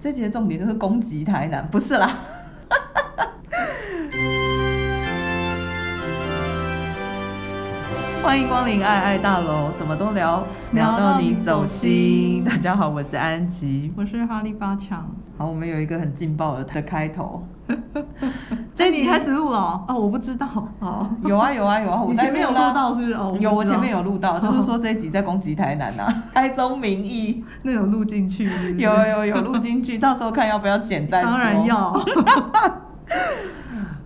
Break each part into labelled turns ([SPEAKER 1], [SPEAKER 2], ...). [SPEAKER 1] 这集的重点就是攻击台南，不是啦。 欢迎光临爱爱大楼，什么都聊，聊到你走心。大家好，我是安吉。
[SPEAKER 2] 我是哈利八强。
[SPEAKER 1] 好，我们有一个很劲爆的的开 头。这一
[SPEAKER 2] 这一集
[SPEAKER 1] 集
[SPEAKER 2] 开始录了哦，哦我不知道。好，
[SPEAKER 1] 有啊有啊有啊，我
[SPEAKER 2] 你
[SPEAKER 1] 在
[SPEAKER 2] 前面有
[SPEAKER 1] 录
[SPEAKER 2] 录
[SPEAKER 1] 啦。
[SPEAKER 2] 到是不是？哦，
[SPEAKER 1] 有，我前面
[SPEAKER 2] 有
[SPEAKER 1] 有录 到，就是说这一集在攻击台南啊，开宗明 义，
[SPEAKER 2] 那有录进去是不是
[SPEAKER 1] 有有有录进去，到时候看要不要剪再说。
[SPEAKER 2] 当然。要。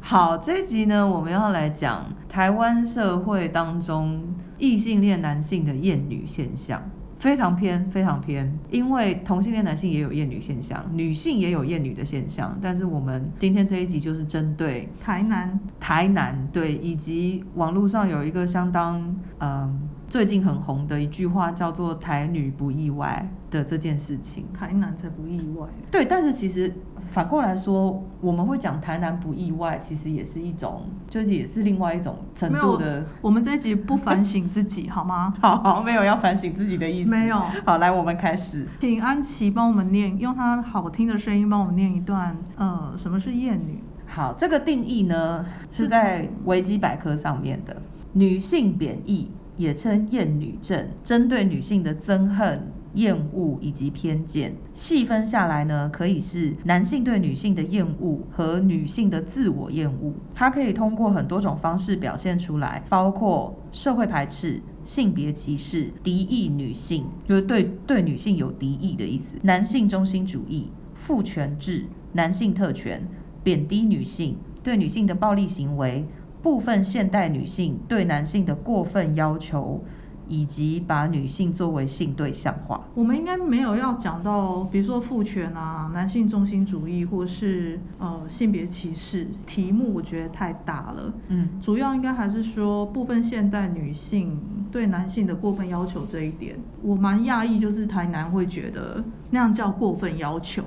[SPEAKER 1] 好，这一集呢，我们要来讲台湾社会当中异性恋男性的厌女现象，非常偏，非常偏。因为同性恋男性也有厌女现象，女性也有厌女的现象，但是我们今天这一集就是针对
[SPEAKER 2] 台南
[SPEAKER 1] 台南对，以及网络上有一个相当嗯、最近很红的一句话叫做“台女不意外”的这件事情。
[SPEAKER 2] 台南才不意外。
[SPEAKER 1] 对，但是其实反过来说，我们会讲台南不意外，其实也是一种，就是也是另外一种程度的。
[SPEAKER 2] 我们这一集不反省自己好吗？
[SPEAKER 1] 好好，没有要反省自己的意思。
[SPEAKER 2] 没有
[SPEAKER 1] 好，来，我们开始。
[SPEAKER 2] 请安琪帮我们念，用她好听的声音帮我们念一段。呃，什么是厌女？
[SPEAKER 1] 好，这个定义呢是
[SPEAKER 2] 是
[SPEAKER 1] 在
[SPEAKER 2] 从
[SPEAKER 1] 维基百科上面的，女性贬义也称厌女症，针对女性的憎恨。厌恶以及偏见，细分下来呢，可以是男性对女性的厌恶和女性的自我厌恶。它可以通过很多种方式表现出来，包括社会排斥、性别歧视、敌意女性，就是对对女性有敌意的意思；男性中心主义、父权制、男性特权、贬低女性、对女性的暴力行为、部分现代女性对男性的过分要求，以及把女性作为性对象化。
[SPEAKER 2] 我们应该没有要讲到，比如说父权啊、男性中心主义，或是呃性别歧视题目，我觉得太大了。
[SPEAKER 1] 嗯，
[SPEAKER 2] 主要应该还是说部分现代女性对男性的过分要求这一点，我蛮讶异，就是台南会觉得那样叫过分要求。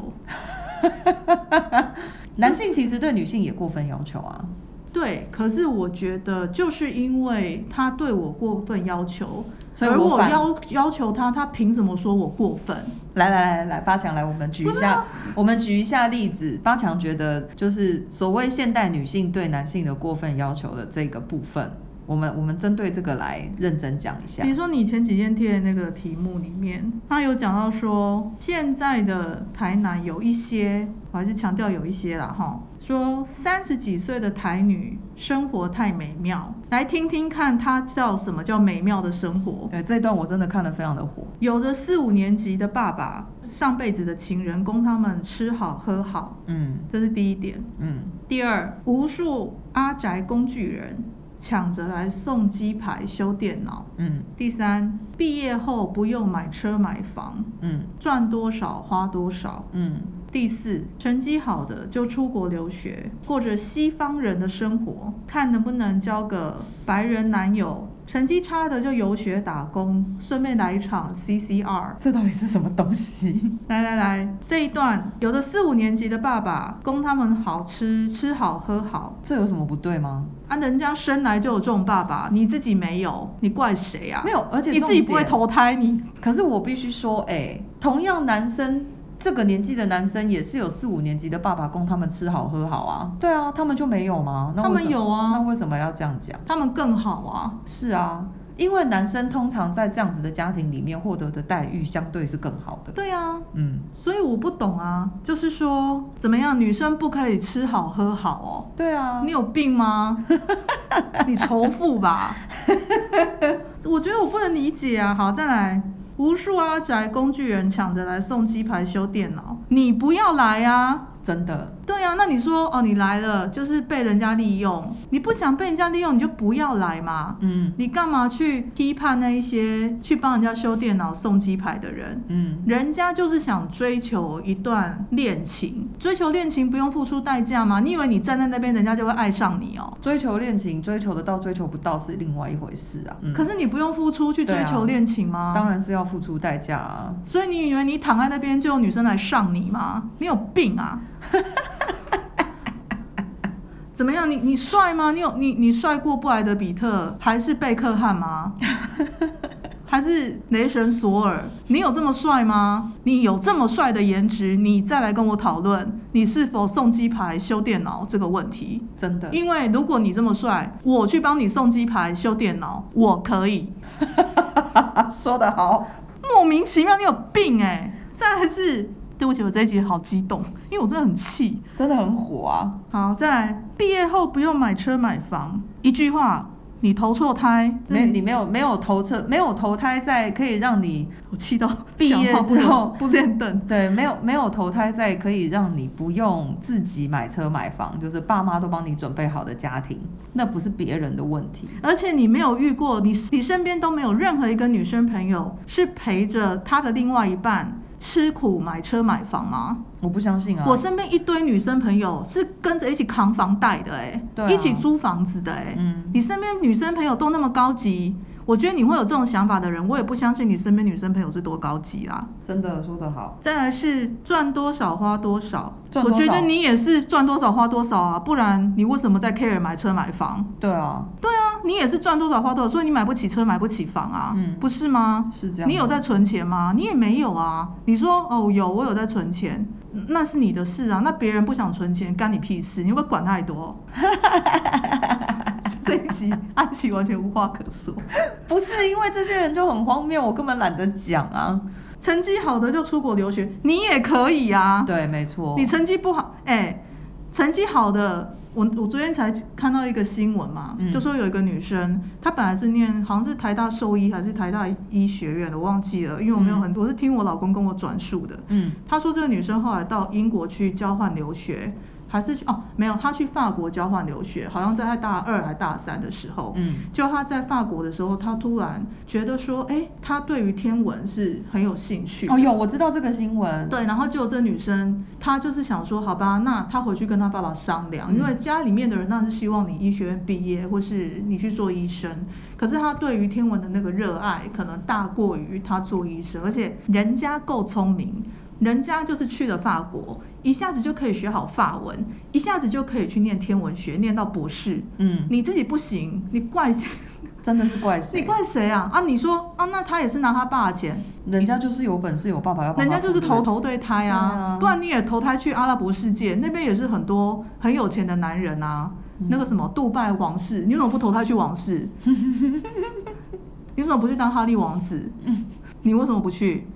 [SPEAKER 1] 男性其实对女性也过分要求啊。
[SPEAKER 2] 对，可是我觉得就是因为他对我过分要求，
[SPEAKER 1] 所以
[SPEAKER 2] 而
[SPEAKER 1] 我
[SPEAKER 2] 我
[SPEAKER 1] 反
[SPEAKER 2] 要要求他，他凭什么说我过分？
[SPEAKER 1] 来来来来，八强来，我们举一下，我们举一下例子。八强觉得就是所谓现代女性对男性的过分要求的这个部分，我们我们针对这个来认真讲一下
[SPEAKER 2] 比。如说你前几天贴的那个题目里面，他有讲到说，现在的台南有一些，我还是强调有一些啦哈，说三十几岁的台女生活太美妙，来听听看她叫什么叫美妙的生活。
[SPEAKER 1] 对这段我真的看得非常的火，
[SPEAKER 2] 有着四五年级的爸爸，上辈子的情人供他们吃好喝好，
[SPEAKER 1] 嗯
[SPEAKER 2] 这是第一点。
[SPEAKER 1] 嗯，
[SPEAKER 2] 第二，无数阿宅工具人抢着来送鸡排、修电脑。
[SPEAKER 1] 嗯
[SPEAKER 2] 第三，毕业后不用买车买房，
[SPEAKER 1] 嗯
[SPEAKER 2] 赚多少花多少。
[SPEAKER 1] 嗯
[SPEAKER 2] 第四，成绩好的就出国留学，过着西方人的生活，看能不能交个白人男友；成绩差的就游学打工，顺便来一场 CCR。
[SPEAKER 1] 这到底是什么东西？
[SPEAKER 2] 来来来，这一段有的四五年级的爸爸供他们好吃，吃好喝好
[SPEAKER 1] 这有什么不对吗？
[SPEAKER 2] 啊，人家生来就有这种爸爸，你自己没有，你怪谁啊？
[SPEAKER 1] 没有，而且
[SPEAKER 2] 你自己不会
[SPEAKER 1] 重点
[SPEAKER 2] 投胎，你
[SPEAKER 1] 可是我必须说，哎、同样男生这个年纪的男生也是有四五年级的爸爸供他们吃好喝好啊。对啊，他们就没有吗？那
[SPEAKER 2] 他
[SPEAKER 1] 为
[SPEAKER 2] 们
[SPEAKER 1] 什么
[SPEAKER 2] 有啊
[SPEAKER 1] 那为什么要这样讲？
[SPEAKER 2] 他们更好啊。
[SPEAKER 1] 是啊，因为男生通常在这样子的家庭里面获得的待遇相对是更好的。
[SPEAKER 2] 对啊，
[SPEAKER 1] 嗯，
[SPEAKER 2] 所以我不懂啊，就是说怎么样，女生不可以吃好喝好哦？
[SPEAKER 1] 对啊
[SPEAKER 2] 你，有病吗？你仇富吧？我觉得我不能理解啊。好，再来，无数阿宅工具人抢着来送鸡排、修电脑，你不要来啊！
[SPEAKER 1] 真的，
[SPEAKER 2] 对啊，那你说哦，你来了就是被人家利用，你不想被人家利用，你就不要来嘛。
[SPEAKER 1] 嗯
[SPEAKER 2] 你干嘛去批判那一些去帮人家修电脑、送鸡排的人？
[SPEAKER 1] 嗯，
[SPEAKER 2] 人家就是想追求一段恋情，追求恋情不用付出代价吗？你以为你站在那边，人家就会爱上你哦？
[SPEAKER 1] 追求恋情，追求得到，追求不到是另外一回事啊。嗯、
[SPEAKER 2] 可是你不用付出去追求恋情吗？
[SPEAKER 1] 当然是要付出代价啊。
[SPEAKER 2] 所以你以为你躺在那边就有女生来上你吗？你有病啊！怎么样？你你帅吗？你有你你帅过布莱德比特还是贝克汉吗？还是雷神索尔？你有这么帅吗？你有这么帅的颜值，你再来跟我讨论你是否送鸡排修电脑这个问题。
[SPEAKER 1] 真的，
[SPEAKER 2] 因为如果你这么帅，我去帮你送鸡排修电脑，我可以。
[SPEAKER 1] 说得好，
[SPEAKER 2] 莫名其妙，你有病哎、再来是，对不起，我这一集好激动，因为我真的很气。
[SPEAKER 1] 真的很火啊！
[SPEAKER 2] 好，再来，毕业后不用买车买房，一句话，你投错胎，
[SPEAKER 1] 没，你没有没有投车，没有投胎在可以让你
[SPEAKER 2] 我气到
[SPEAKER 1] 毕业
[SPEAKER 2] 讲话不
[SPEAKER 1] 之后
[SPEAKER 2] 不练凳。
[SPEAKER 1] 对，没有没有投胎在可以让你不用自己买车买房，就是爸妈都帮你准备好的家庭，那不是别人的问题。
[SPEAKER 2] 而且你没有遇过，你你身边都没有任何一个女生朋友是陪着她的另外一半吃苦买车买房吗？
[SPEAKER 1] 我不相信啊！
[SPEAKER 2] 我身边一堆女生朋友是跟着一起扛房贷的、欸，哎、
[SPEAKER 1] 对啊
[SPEAKER 2] 一起租房子的、欸，哎、
[SPEAKER 1] 嗯，
[SPEAKER 2] 你身边女生朋友都那么高级，我觉得你会有这种想法的人，我也不相信你身边女生朋友是多高级啦。
[SPEAKER 1] 真的说得好，
[SPEAKER 2] 再来是赚多少花多少，
[SPEAKER 1] 赚
[SPEAKER 2] 我
[SPEAKER 1] 多
[SPEAKER 2] 觉
[SPEAKER 1] 少
[SPEAKER 2] 得你也是赚多少花多少啊，不然你为什么在 care 买车买房？
[SPEAKER 1] 对啊，
[SPEAKER 2] 啊，你也是赚多少花多少，所以你买不起车买不起房啊，
[SPEAKER 1] 嗯
[SPEAKER 2] 不是吗？
[SPEAKER 1] 是这样。
[SPEAKER 2] 你有在存钱吗？你也没有啊。你说哦有，我有在存钱，嗯那是你的事啊。那别人不想存钱，干你屁事？你会管太多。 这一集安琪完全无话可说。
[SPEAKER 1] 不是因为这些人就很荒谬，我根本懒得讲啊。
[SPEAKER 2] 成绩好的就出国留学，你也可以啊。
[SPEAKER 1] 对，哦没错
[SPEAKER 2] 你。成绩不好，哎、成绩好的，我我昨天才看到一个新闻嘛，
[SPEAKER 1] 嗯
[SPEAKER 2] 就说有一个女生，她本来是念好像是台大兽医还是台大医学院的，我忘记了，因为我没有很，我是听我老公跟我转述的。
[SPEAKER 1] 嗯，
[SPEAKER 2] 她说这个女生后来到英国去交换留学，还是去哦没有，她去法国交换留学，好像在她大二还大三的时候，
[SPEAKER 1] 嗯，
[SPEAKER 2] 就她在法国的时候，她突然觉得说，哎、她对于天文是很有兴趣的
[SPEAKER 1] 哦，有我知道这个新闻。
[SPEAKER 2] 对，然后就有这女生，她就是想说，好吧，那她回去跟她爸爸商量，因为家里面的人当然是希望你医学院毕业，或是你去做医生。可是她对于天文的那个热爱，可能大过于她做医生，而且人家够聪明，人家就是去了法国，一下子就可以学好法文，一下子就可以去念天文学，念到博士。
[SPEAKER 1] 嗯，
[SPEAKER 2] 你自己不行，你怪
[SPEAKER 1] 真的是怪
[SPEAKER 2] 你
[SPEAKER 1] 谁？
[SPEAKER 2] 怪谁啊？啊，你说啊，那他也是拿他爸的钱，
[SPEAKER 1] 人家就是有本事有办法要帮
[SPEAKER 2] 人
[SPEAKER 1] 他
[SPEAKER 2] 家就是
[SPEAKER 1] 付这个
[SPEAKER 2] 投头对胎啊，
[SPEAKER 1] 对啊
[SPEAKER 2] 不然你也投胎去阿拉伯世界，那边也是很多很有钱的男人啊。
[SPEAKER 1] 嗯
[SPEAKER 2] 那个什么杜拜王室，你为什么不投胎去 王室？你为什么不去当哈利王子？你为什么不 去？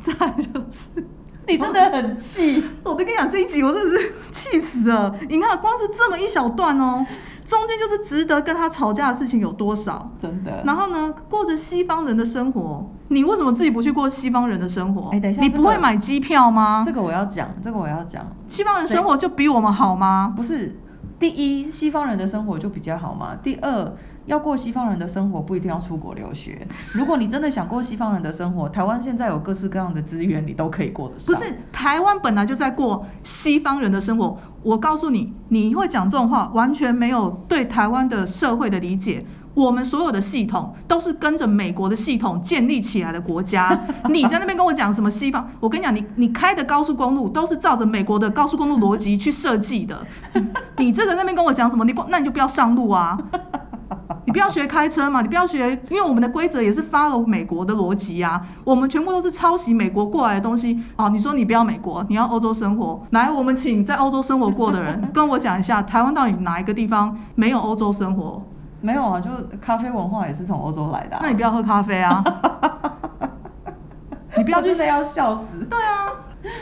[SPEAKER 2] 再来就是，
[SPEAKER 1] 你真的很气。
[SPEAKER 2] 我跟你讲这一集，我真的是气死了。你看，光是这么一小段哦，中间就是值得跟他吵架的事情有多少？
[SPEAKER 1] 真的。
[SPEAKER 2] 然后呢，过着西方人的生活，你为什么自己不去过西方人的生活？
[SPEAKER 1] 哎等一下
[SPEAKER 2] 你
[SPEAKER 1] 这
[SPEAKER 2] 不
[SPEAKER 1] 个
[SPEAKER 2] 会买机票吗？
[SPEAKER 1] 啊这个我要讲，这个我要讲，
[SPEAKER 2] 西方人生活就比我们好吗？
[SPEAKER 1] 不是第一，西方人的生活就比较好嘛。第二，要过西方人的生活，不一定要出国留学。如果你真的想过西方人的生活，台湾现在有各式各样的资源，你都可以过得
[SPEAKER 2] 不
[SPEAKER 1] 上。
[SPEAKER 2] 是，台湾本来就在过西方人的生活。我告诉你，你会讲这种话，完全没有对台湾的社会的理解。我们所有的系统都是跟着美国的系统建立起来的国家。你在那边跟我讲什么西方？我跟你讲，你你开的高速公路都是照着美国的高速公路逻辑去设计的。你这个那边跟我讲什么？你光那你就不要上路啊！你不要学开车嘛，你不要学，因为我们的规则也是 follow 美国的逻辑啊，我们全部都是抄袭美国过来的东西。好，你说你不要美国，你要欧洲生活，来，我们请在欧洲生活过的人跟我讲一下，台湾到底哪一个地方没有欧洲生活？
[SPEAKER 1] 没有啊，就咖啡文化也是从欧洲来的、
[SPEAKER 2] 那你不要喝咖啡啊，你
[SPEAKER 1] 不
[SPEAKER 2] 不要去
[SPEAKER 1] 真，的要笑死。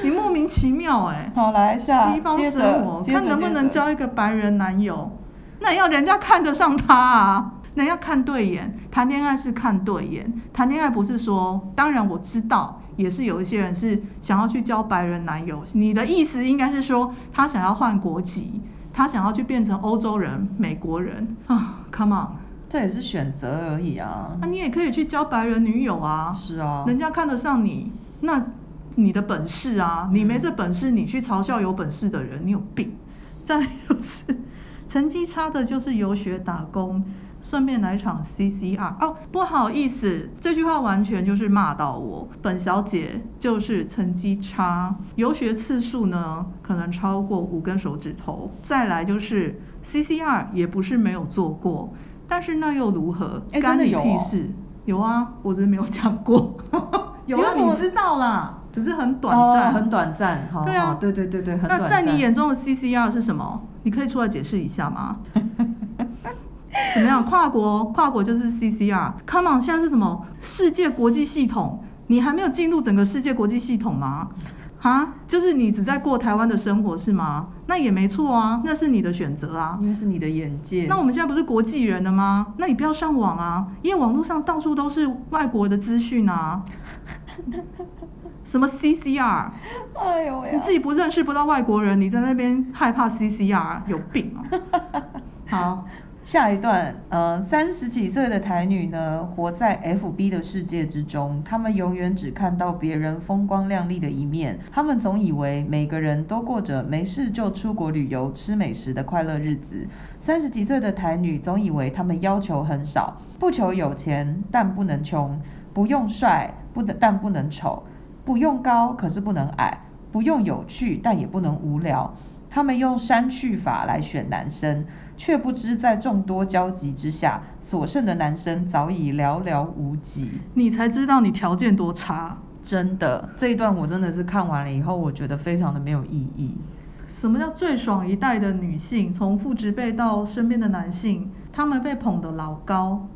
[SPEAKER 2] 你莫名其妙哎、
[SPEAKER 1] 好，来下
[SPEAKER 2] 西方
[SPEAKER 1] 接
[SPEAKER 2] 生
[SPEAKER 1] 着
[SPEAKER 2] 活，
[SPEAKER 1] 接着
[SPEAKER 2] 看能不
[SPEAKER 1] 接
[SPEAKER 2] 能
[SPEAKER 1] 着
[SPEAKER 2] 交一个白人男友，那也要人家看得上他啊，人家看对眼，谈恋爱是看对眼，谈恋爱不是说，当然我知道，也是有一些人是想要去交白人男友，你的意思应该是说他想要换国籍，他想要去变成欧洲人、美国人啊，Come on，
[SPEAKER 1] 这也是选择而已啊。
[SPEAKER 2] 那、你也可以去交白人女友啊，
[SPEAKER 1] 是啊，
[SPEAKER 2] 人家看得上你，那你的本事啊，你没这本事，你去嘲笑有本事的人，你有病。再来就是成绩差的，就是游学打工，顺便来场 CCR。哦，不好意思，这句话完全就是骂到我。本小姐就是成绩差，游学次数呢可能超过五根手指头。再来就是 CCR 也不是没有做过，但是那又如何？
[SPEAKER 1] 哎真
[SPEAKER 2] 干
[SPEAKER 1] 的
[SPEAKER 2] 你
[SPEAKER 1] 有
[SPEAKER 2] 屁
[SPEAKER 1] 哦
[SPEAKER 2] 事！有啊，我只是没有讲过。有啊，
[SPEAKER 1] 有什么
[SPEAKER 2] 你知道啦，只是很短
[SPEAKER 1] 哦
[SPEAKER 2] 暂。
[SPEAKER 1] 很短暂，好
[SPEAKER 2] 对啊
[SPEAKER 1] 好对对对对，很短
[SPEAKER 2] 那
[SPEAKER 1] 暂。
[SPEAKER 2] 在你眼中的 CCR 是什么？你可以出来解释一下吗？ 怎么样？跨国跨国就是 CCR。Come on，现在是什么？世界国际系统？你还没有进入整个世界国际系统吗？啊，就是你只在过台湾的生活是吗？那也没错啊，那是你的选择啊。
[SPEAKER 1] 因为是你的眼界。
[SPEAKER 2] 那我们现在不是国际人了吗？那你不要上网啊，因为网络上到处都是外国的资讯啊。 什么 CCR？
[SPEAKER 1] 哎呦喂
[SPEAKER 2] 你自己不认识不到外国人，你在那边害怕 CCR，有病啊！好，
[SPEAKER 1] 下一段，呃，三十几岁的台女呢，活在 FB 的世界之中，她们永远只看到别人风光亮丽的一面，她们总以为每个人都过着没事就出国旅游、吃美食的快乐日子。三十几岁的台女总以为她们要求很少，不求有钱，但不能穷；不用帅，不能但不能丑；不用高，可是不能矮；不用有趣，但也不能无聊。他们用删去法来选男生，却不知在众多交集之下，所剩的男生早已寥寥无几。
[SPEAKER 2] 你才知道你条件多差。
[SPEAKER 1] 真的，这一段我真的是看完了以后，我觉得非常的没有意义。
[SPEAKER 2] 什么叫最爽一代的女性？从父职辈到身边的男性，他们被捧得老高，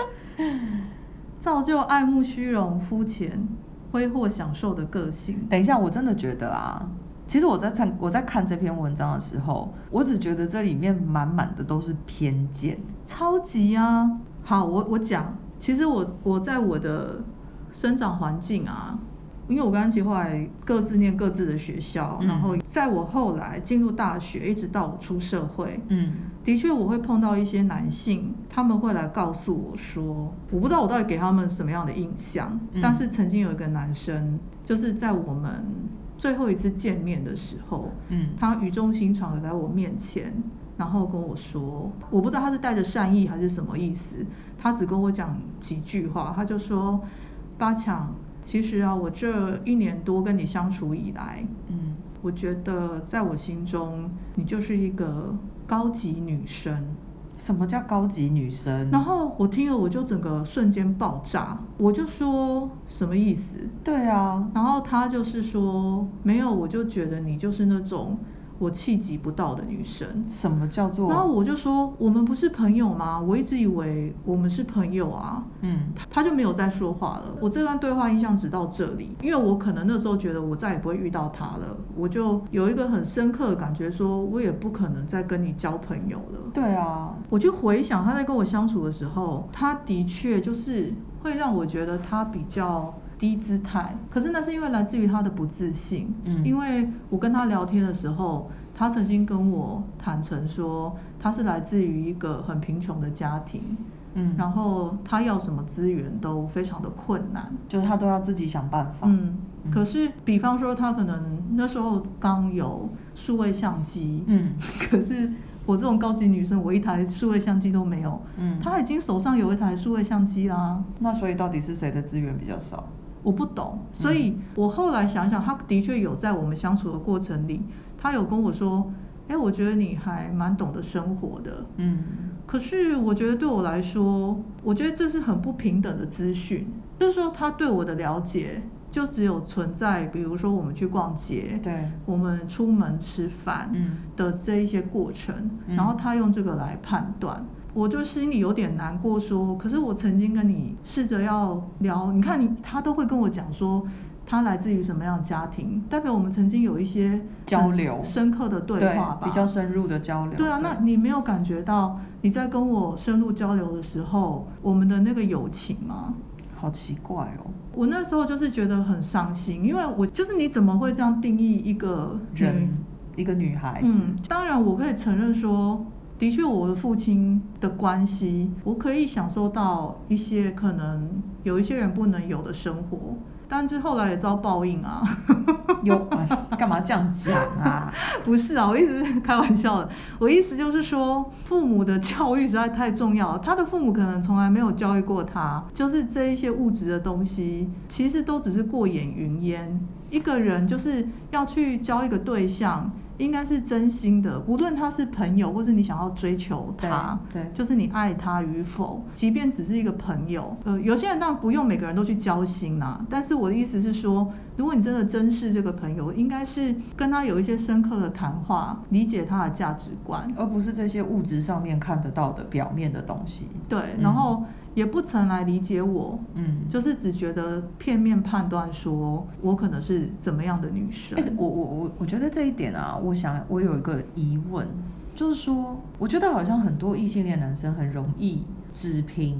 [SPEAKER 2] 造就爱慕虚荣、肤浅、挥霍享受的个性。
[SPEAKER 1] 等一下，我真的觉得啊，其实我在看我在看这篇文章的时候，我只觉得这里面满满的都是偏见。
[SPEAKER 2] 超级啊！好，我我讲，其实我我在我的生长环境啊，因为我跟安琪后来各自念各自的学校，
[SPEAKER 1] 嗯
[SPEAKER 2] 然后在我后来进入大学，一直到我出社会，
[SPEAKER 1] 嗯，
[SPEAKER 2] 的确我会碰到一些男性，他们会来告诉我说，我不知道我到底给他们什么样的印象，
[SPEAKER 1] 嗯
[SPEAKER 2] 但是曾经有一个男生，就是在我们最后一次见面的时候，
[SPEAKER 1] 嗯
[SPEAKER 2] 他语重心长的来我面前，然后跟我说，我不知道他是带着善意还是什么意思，他只跟我讲几句话，他就说：“八强，其实啊，我这一年多跟你相处以来，
[SPEAKER 1] 嗯
[SPEAKER 2] 我觉得在我心中，你就是一个高级女生。”
[SPEAKER 1] 什么叫高级女生？
[SPEAKER 2] 然后我听了，我就整个瞬间爆炸，我就说什么意思？
[SPEAKER 1] 对啊，
[SPEAKER 2] 然后他就是说没有，我就觉得你就是那种我气急不到的女生。
[SPEAKER 1] 什么叫做？
[SPEAKER 2] 然后我就说我们不是朋友吗？我一直以为我们是朋友啊。
[SPEAKER 1] 嗯
[SPEAKER 2] 他他就没有再说话了。我这段对话印象只到这里，因为我可能那时候觉得我再也不会遇到他了，我就有一个很深刻的感觉，说我也不可能再跟你交朋友了。
[SPEAKER 1] 对啊，
[SPEAKER 2] 我去回想他在跟我相处的时候，他的确就是会让我觉得他比较低姿态，可是那是因为来自于他的不自信。
[SPEAKER 1] 嗯
[SPEAKER 2] 因为我跟他聊天的时候，他曾经跟我坦诚说，他是来自于一个很贫穷的家庭，
[SPEAKER 1] 嗯，
[SPEAKER 2] 然后他要什么资源都非常的困难。
[SPEAKER 1] 就是他都要自己想办法。
[SPEAKER 2] 嗯
[SPEAKER 1] 嗯，
[SPEAKER 2] 可是比方说他可能那时候刚有数位相机，
[SPEAKER 1] 嗯
[SPEAKER 2] 可是我这种高级女生，我一台数位相机都没有。
[SPEAKER 1] 嗯，
[SPEAKER 2] 他已经手上有一台数位相机啦，
[SPEAKER 1] 那所以到底是谁的资源比较少？
[SPEAKER 2] 我不懂，所以我后来想想，他的确有在我们相处的过程里，他有跟我说，哎、我觉得你还蛮懂得生活的。
[SPEAKER 1] 嗯
[SPEAKER 2] 可是我觉得对我来说，我觉得这是很不平等的资讯，就是说他对我的了解就只有存在，比如说我们去逛街，
[SPEAKER 1] 对，
[SPEAKER 2] 我们出门吃饭，
[SPEAKER 1] 嗯
[SPEAKER 2] 的这一些过程，
[SPEAKER 1] 嗯
[SPEAKER 2] 然后他用这个来判断。我就心里有点难过，说，可是我曾经跟你试着要聊，你看你他都会跟我讲说，他来自于什么样的家庭，代表我们曾经有一些很
[SPEAKER 1] 交流
[SPEAKER 2] 深刻的对话吧，
[SPEAKER 1] 比较深入的交流。
[SPEAKER 2] 对啊，那你没有感觉到你在跟我深入交流的时候，我们的那个友情吗？
[SPEAKER 1] 好奇怪哦。
[SPEAKER 2] 我那时候就是觉得很伤心，因为我就是你怎么会这样定义一个女
[SPEAKER 1] 人一个女孩子，
[SPEAKER 2] 嗯，当然我可以承认说，的确我的父亲的关系，我可以享受到一些可能有一些人不能有的生活，但是后来也遭报应啊。
[SPEAKER 1] 有哎 干嘛这样讲 啊？
[SPEAKER 2] 不是啊，我一直是开玩笑的。我意思就是说，父母的教育实在太重要了。他的父母可能从来没有教育过他，就是这一些物质的东西，其实都只是过眼云烟。一个人就是要去交一个对象，应该是真心的，无论他是朋友，或是你想要追求他，
[SPEAKER 1] 对对
[SPEAKER 2] 就是你爱他与否，即便只是一个朋友，呃，有些人当然不用每个人都去交心啦、啊但是我的意思是说，如果你真的珍视这个朋友，应该是跟他有一些深刻的谈话，理解他的价值观，
[SPEAKER 1] 而不是这些物质上面看得到的表面的东西。
[SPEAKER 2] 对，
[SPEAKER 1] 嗯
[SPEAKER 2] 然后也不曾来理解我，
[SPEAKER 1] 嗯，
[SPEAKER 2] 就是只觉得片面判断说我可能是怎么样的女生
[SPEAKER 1] 哎，我我我我觉得这一点啊，我想我有一个疑问，就是说，我觉得好像很多异性恋男生很容易只凭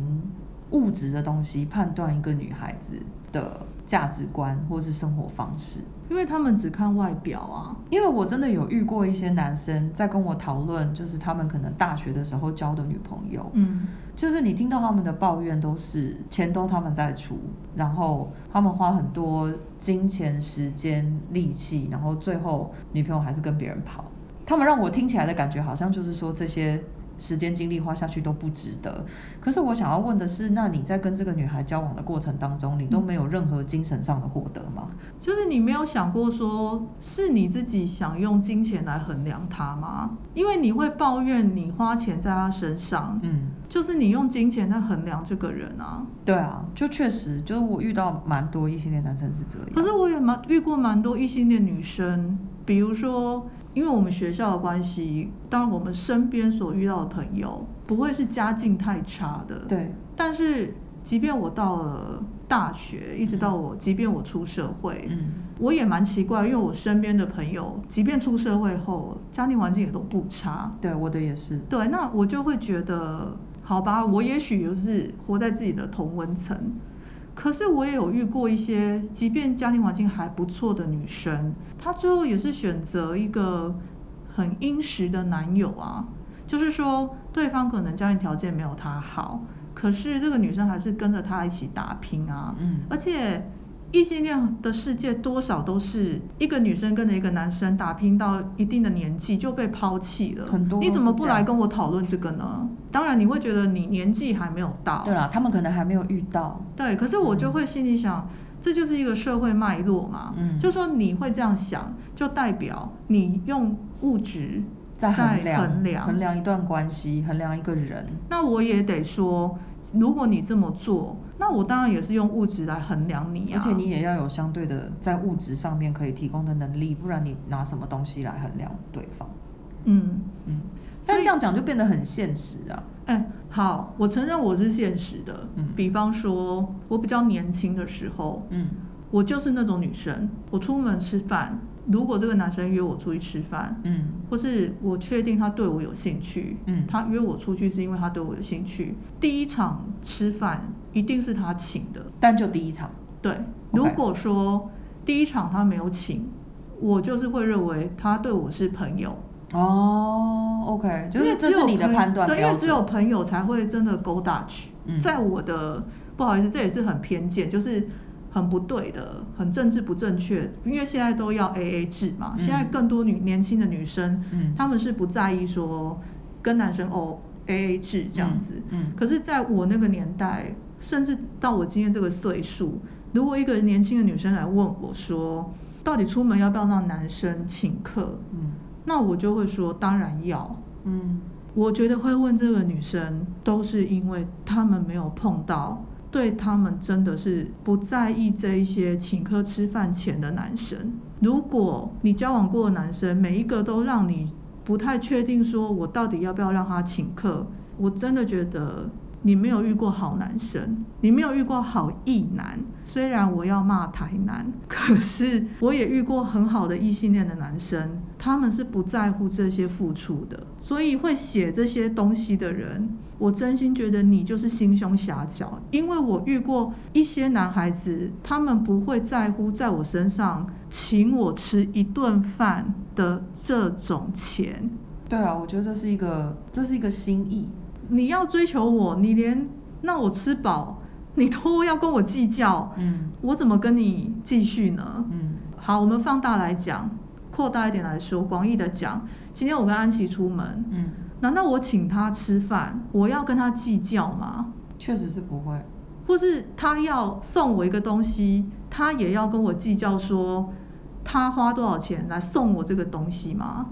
[SPEAKER 1] 物质的东西判断一个女孩子的价值观或是生活方式。
[SPEAKER 2] 因为他们只看外表啊，
[SPEAKER 1] 因为我真的有遇过一些男生在跟我讨论，就是他们可能大学的时候交的女朋友，
[SPEAKER 2] 嗯，
[SPEAKER 1] 就是你听到他们的抱怨都是钱都他们在出，然后他们花很多金钱、时间、力气，然后最后女朋友还是跟别人跑。他们让我听起来的感觉好像就是说这些时间精力花下去都不值得。可是我想要问的是，那你在跟这个女孩交往的过程当中，你都没有任何精神上的获得吗？
[SPEAKER 2] 就是你没有想过说是你自己想用金钱来衡量他吗？因为你会抱怨你花钱在他身上，
[SPEAKER 1] 嗯，
[SPEAKER 2] 就是你用金钱在衡量这个人啊。
[SPEAKER 1] 对啊，就确实就是我遇到蛮多异性恋男生是这样。
[SPEAKER 2] 可是我也蛮遇过蛮多异性恋女生，比如说，因为我们学校的关系，当然我们身边所遇到的朋友不会是家境太差的，。
[SPEAKER 1] 对，
[SPEAKER 2] 但是即便我到了大学，一直到我，即便我出社会，
[SPEAKER 1] 嗯
[SPEAKER 2] 我也蛮奇怪，因为我身边的朋友，即便出社会后，家庭环境也都不差。
[SPEAKER 1] 对，我的也是。
[SPEAKER 2] 对，那我就会觉得，好吧，我也许就是活在自己的同温层。可是我也有遇过一些，即便家庭环境还不错的女生，她最后也是选择一个很殷实的男友啊。就是说，对方可能家庭条件没有她好，可是这个女生还是跟着他一起打拼啊。
[SPEAKER 1] 嗯，
[SPEAKER 2] 而且异性恋的世界多少都是一个女生跟着一个男生打拼到一定的年纪就被抛弃了，
[SPEAKER 1] 很多
[SPEAKER 2] 你怎
[SPEAKER 1] 都
[SPEAKER 2] 么
[SPEAKER 1] 是
[SPEAKER 2] 不
[SPEAKER 1] 这样
[SPEAKER 2] 来跟我讨论这个呢？当然你会觉得你年纪还没有到，
[SPEAKER 1] 对啊啦，他们可能还没有遇到。
[SPEAKER 2] 对，可是我就会心里想，这就是一个社会脉络嘛，
[SPEAKER 1] 嗯
[SPEAKER 2] 就说你会这样想，就代表你用物质
[SPEAKER 1] 在衡量
[SPEAKER 2] 衡量
[SPEAKER 1] 一段关系，衡量一个人。
[SPEAKER 2] 那我也得说，如果你这么做，那我当然也是用物质来衡量你啊。
[SPEAKER 1] 而且你也要有相对的在物质上面可以提供的能力，不然你拿什么东西来衡量对方？
[SPEAKER 2] 嗯，
[SPEAKER 1] 嗯，
[SPEAKER 2] 所以
[SPEAKER 1] 但这样讲就变得很现实啊。
[SPEAKER 2] 哎、好，我承认我是现实的。
[SPEAKER 1] 嗯
[SPEAKER 2] 比方说，我比较年轻的时候，
[SPEAKER 1] 嗯
[SPEAKER 2] 我就是那种女生，我出门吃饭，如果这个男生约我出去吃饭，
[SPEAKER 1] 嗯
[SPEAKER 2] 或是我确定他对我有兴趣，
[SPEAKER 1] 嗯
[SPEAKER 2] 他约我出去是因为他对我有兴趣，第一场吃饭一定是他请的。
[SPEAKER 1] 但就第一场，
[SPEAKER 2] 对，
[SPEAKER 1] OK
[SPEAKER 2] 如果说第一场他没有请，我就是会认为他对我是朋友。
[SPEAKER 1] 哦，OK，就
[SPEAKER 2] 因
[SPEAKER 1] 是
[SPEAKER 2] 为
[SPEAKER 1] 这
[SPEAKER 2] 只有
[SPEAKER 1] 是你的
[SPEAKER 2] 朋
[SPEAKER 1] 判断
[SPEAKER 2] 对，因
[SPEAKER 1] 标
[SPEAKER 2] 为只
[SPEAKER 1] 准。
[SPEAKER 2] 有朋友才会真的勾搭去。
[SPEAKER 1] 嗯
[SPEAKER 2] 在我的不好意思，这也是很偏见，就是很不对的，很政治不正确。因为现在都要 A A 制嘛，
[SPEAKER 1] 嗯
[SPEAKER 2] 现在更多女年轻的女生，
[SPEAKER 1] 嗯
[SPEAKER 2] 她们是不在意说跟男生哦 A A 制这样子。
[SPEAKER 1] 嗯
[SPEAKER 2] 可是，在我那个年代，甚至到我今天这个岁数，如果一个年轻的女生来问我说，到底出门要不要让男生请客，
[SPEAKER 1] 嗯
[SPEAKER 2] 那我就会说，当然要。
[SPEAKER 1] 嗯
[SPEAKER 2] 我觉得会问这个女生，都是因为他们没有碰到对他们真的是不在意这一些请客吃饭钱的男生。如果你交往过的男生每一个都让你不太确定，说我到底要不要让他请客，我真的觉得。你没有遇过好男生，你没有遇过好异男。虽然我要骂台男，可是我也遇过很好的异性恋的男生，他们是不在乎这些付出的。所以会写这些东西的人，我真心觉得你就是心胸狭小。因为我遇过一些男孩子，他们不会在乎在我身上请我吃一顿饭的这种钱。
[SPEAKER 1] 对啊，我觉得这是一个这是一个心意。
[SPEAKER 2] 你要追求我，你连让我吃饱，你都要跟我计较，
[SPEAKER 1] 嗯
[SPEAKER 2] 我怎么跟你继续呢？
[SPEAKER 1] 嗯
[SPEAKER 2] 好，我们放大来讲，扩大一点来说，广义的讲，今天我跟安琪出门，
[SPEAKER 1] 嗯，
[SPEAKER 2] 难道我请她吃饭，我要跟她计较吗？
[SPEAKER 1] 确实是不会。
[SPEAKER 2] 或是她要送我一个东西，她也要跟我计较说，他花多少钱来送我这个东西吗？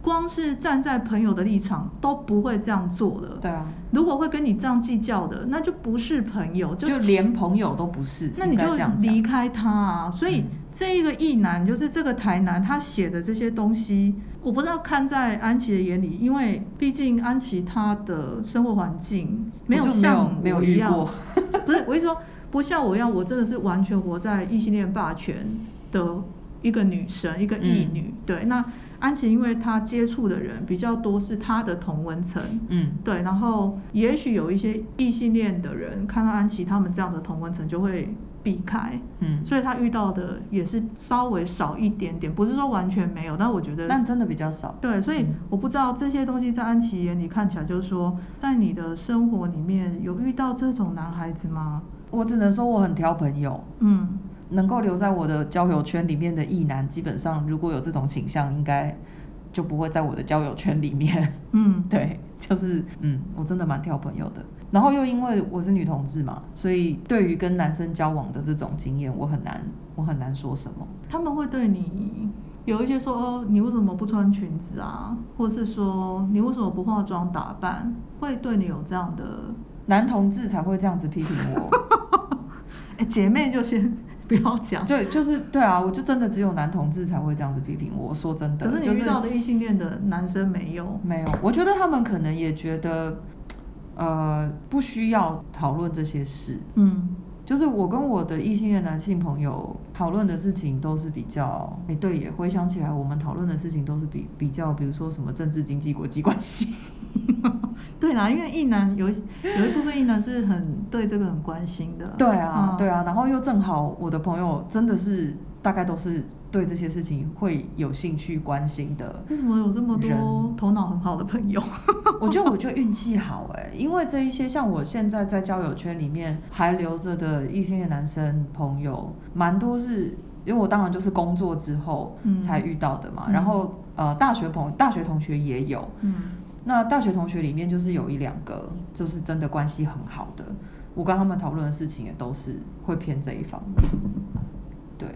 [SPEAKER 2] 光是站在朋友的立场都不会这样做的。
[SPEAKER 1] 对啊，
[SPEAKER 2] 如果会跟你这样计较的，那就不是朋友，
[SPEAKER 1] 就连朋友都不是，
[SPEAKER 2] 那你
[SPEAKER 1] 应
[SPEAKER 2] 就
[SPEAKER 1] 该这样讲
[SPEAKER 2] 离开他啊。所以
[SPEAKER 1] 嗯
[SPEAKER 2] 这一个意男，就是这个台男，他写的这些东西，我不知道看在安琪的眼里，因为毕竟安琪她的生活环境没有
[SPEAKER 1] 我就
[SPEAKER 2] 像
[SPEAKER 1] 没有
[SPEAKER 2] 我
[SPEAKER 1] 没有
[SPEAKER 2] 一
[SPEAKER 1] 遇
[SPEAKER 2] 样，
[SPEAKER 1] 过，
[SPEAKER 2] 不是我一说不像我一样，我真的是完全活在异性恋霸权的一个女生，一个异
[SPEAKER 1] 嗯
[SPEAKER 2] 女。对，那安琪因为她接触的人比较多，是她的同温层。
[SPEAKER 1] 嗯，
[SPEAKER 2] 对，然后也许有一些异性恋的人看到安琪他们这样的同温层就会避开，
[SPEAKER 1] 嗯，
[SPEAKER 2] 所以他遇到的也是稍微少一点点，不是说完全没有，但我觉得
[SPEAKER 1] 但真的比较少。
[SPEAKER 2] 对，所以
[SPEAKER 1] 嗯
[SPEAKER 2] 我不知道这些东西在安琪眼里看起来就是说，在你的生活里面有遇到这种男孩子吗？
[SPEAKER 1] 我只能说我很挑朋友，
[SPEAKER 2] 嗯，
[SPEAKER 1] 能够留在我的交友圈里面的异男，基本上如果有这种倾向，应该就不会在我的交友圈里面。
[SPEAKER 2] 嗯，
[SPEAKER 1] 对，就是嗯，我真的蛮挑朋友的。然后又因为我是女同志嘛，所以对于跟男生交往的这种经验，我很难，我很难说什么。
[SPEAKER 2] 他们会对你有一些说哦，你为什么不穿裙子啊，或是说你为什么不化妆打扮，会对你有这样的
[SPEAKER 1] 男同志才会这样子批评我，
[SPEAKER 2] 哎，姐妹就先 不要讲。
[SPEAKER 1] 就就是对啊，我就真的只有男同志才会这样子批评我。我说真的，
[SPEAKER 2] 可是
[SPEAKER 1] 就
[SPEAKER 2] 你遇到的异性恋的男生没有，
[SPEAKER 1] 没有，我觉得他们可能也觉得，呃，不需要讨论这些事。
[SPEAKER 2] 嗯，
[SPEAKER 1] 就是我跟我的异性恋男性朋友讨论的事情都是比较，哎、对耶，回想起来，我们讨论的事情都是比比较，比如说什么政治、经济、国际关系，
[SPEAKER 2] 对啦，因为异男有一有一部分异男是很对这个很关心的。
[SPEAKER 1] 对啊，对
[SPEAKER 2] 啊，
[SPEAKER 1] 啊，然后又正好我的朋友真的是大概都是对这些事情会有兴趣、关心的，
[SPEAKER 2] 为什么有这么多
[SPEAKER 1] 人
[SPEAKER 2] 头脑很好的朋友？
[SPEAKER 1] 我觉得我就运气好哎、因为这一些像我现在在交友圈里面还留着的异性恋男生朋友，蛮多是因为我当然就是工作之后
[SPEAKER 2] 嗯
[SPEAKER 1] 才遇到的嘛，
[SPEAKER 2] 嗯
[SPEAKER 1] 然后呃大学朋大学同学也有，
[SPEAKER 2] 嗯
[SPEAKER 1] 那大学同学里面就是有一两个就是真的关系很好的，我跟他们讨论的事情也都是会偏这一方面，对，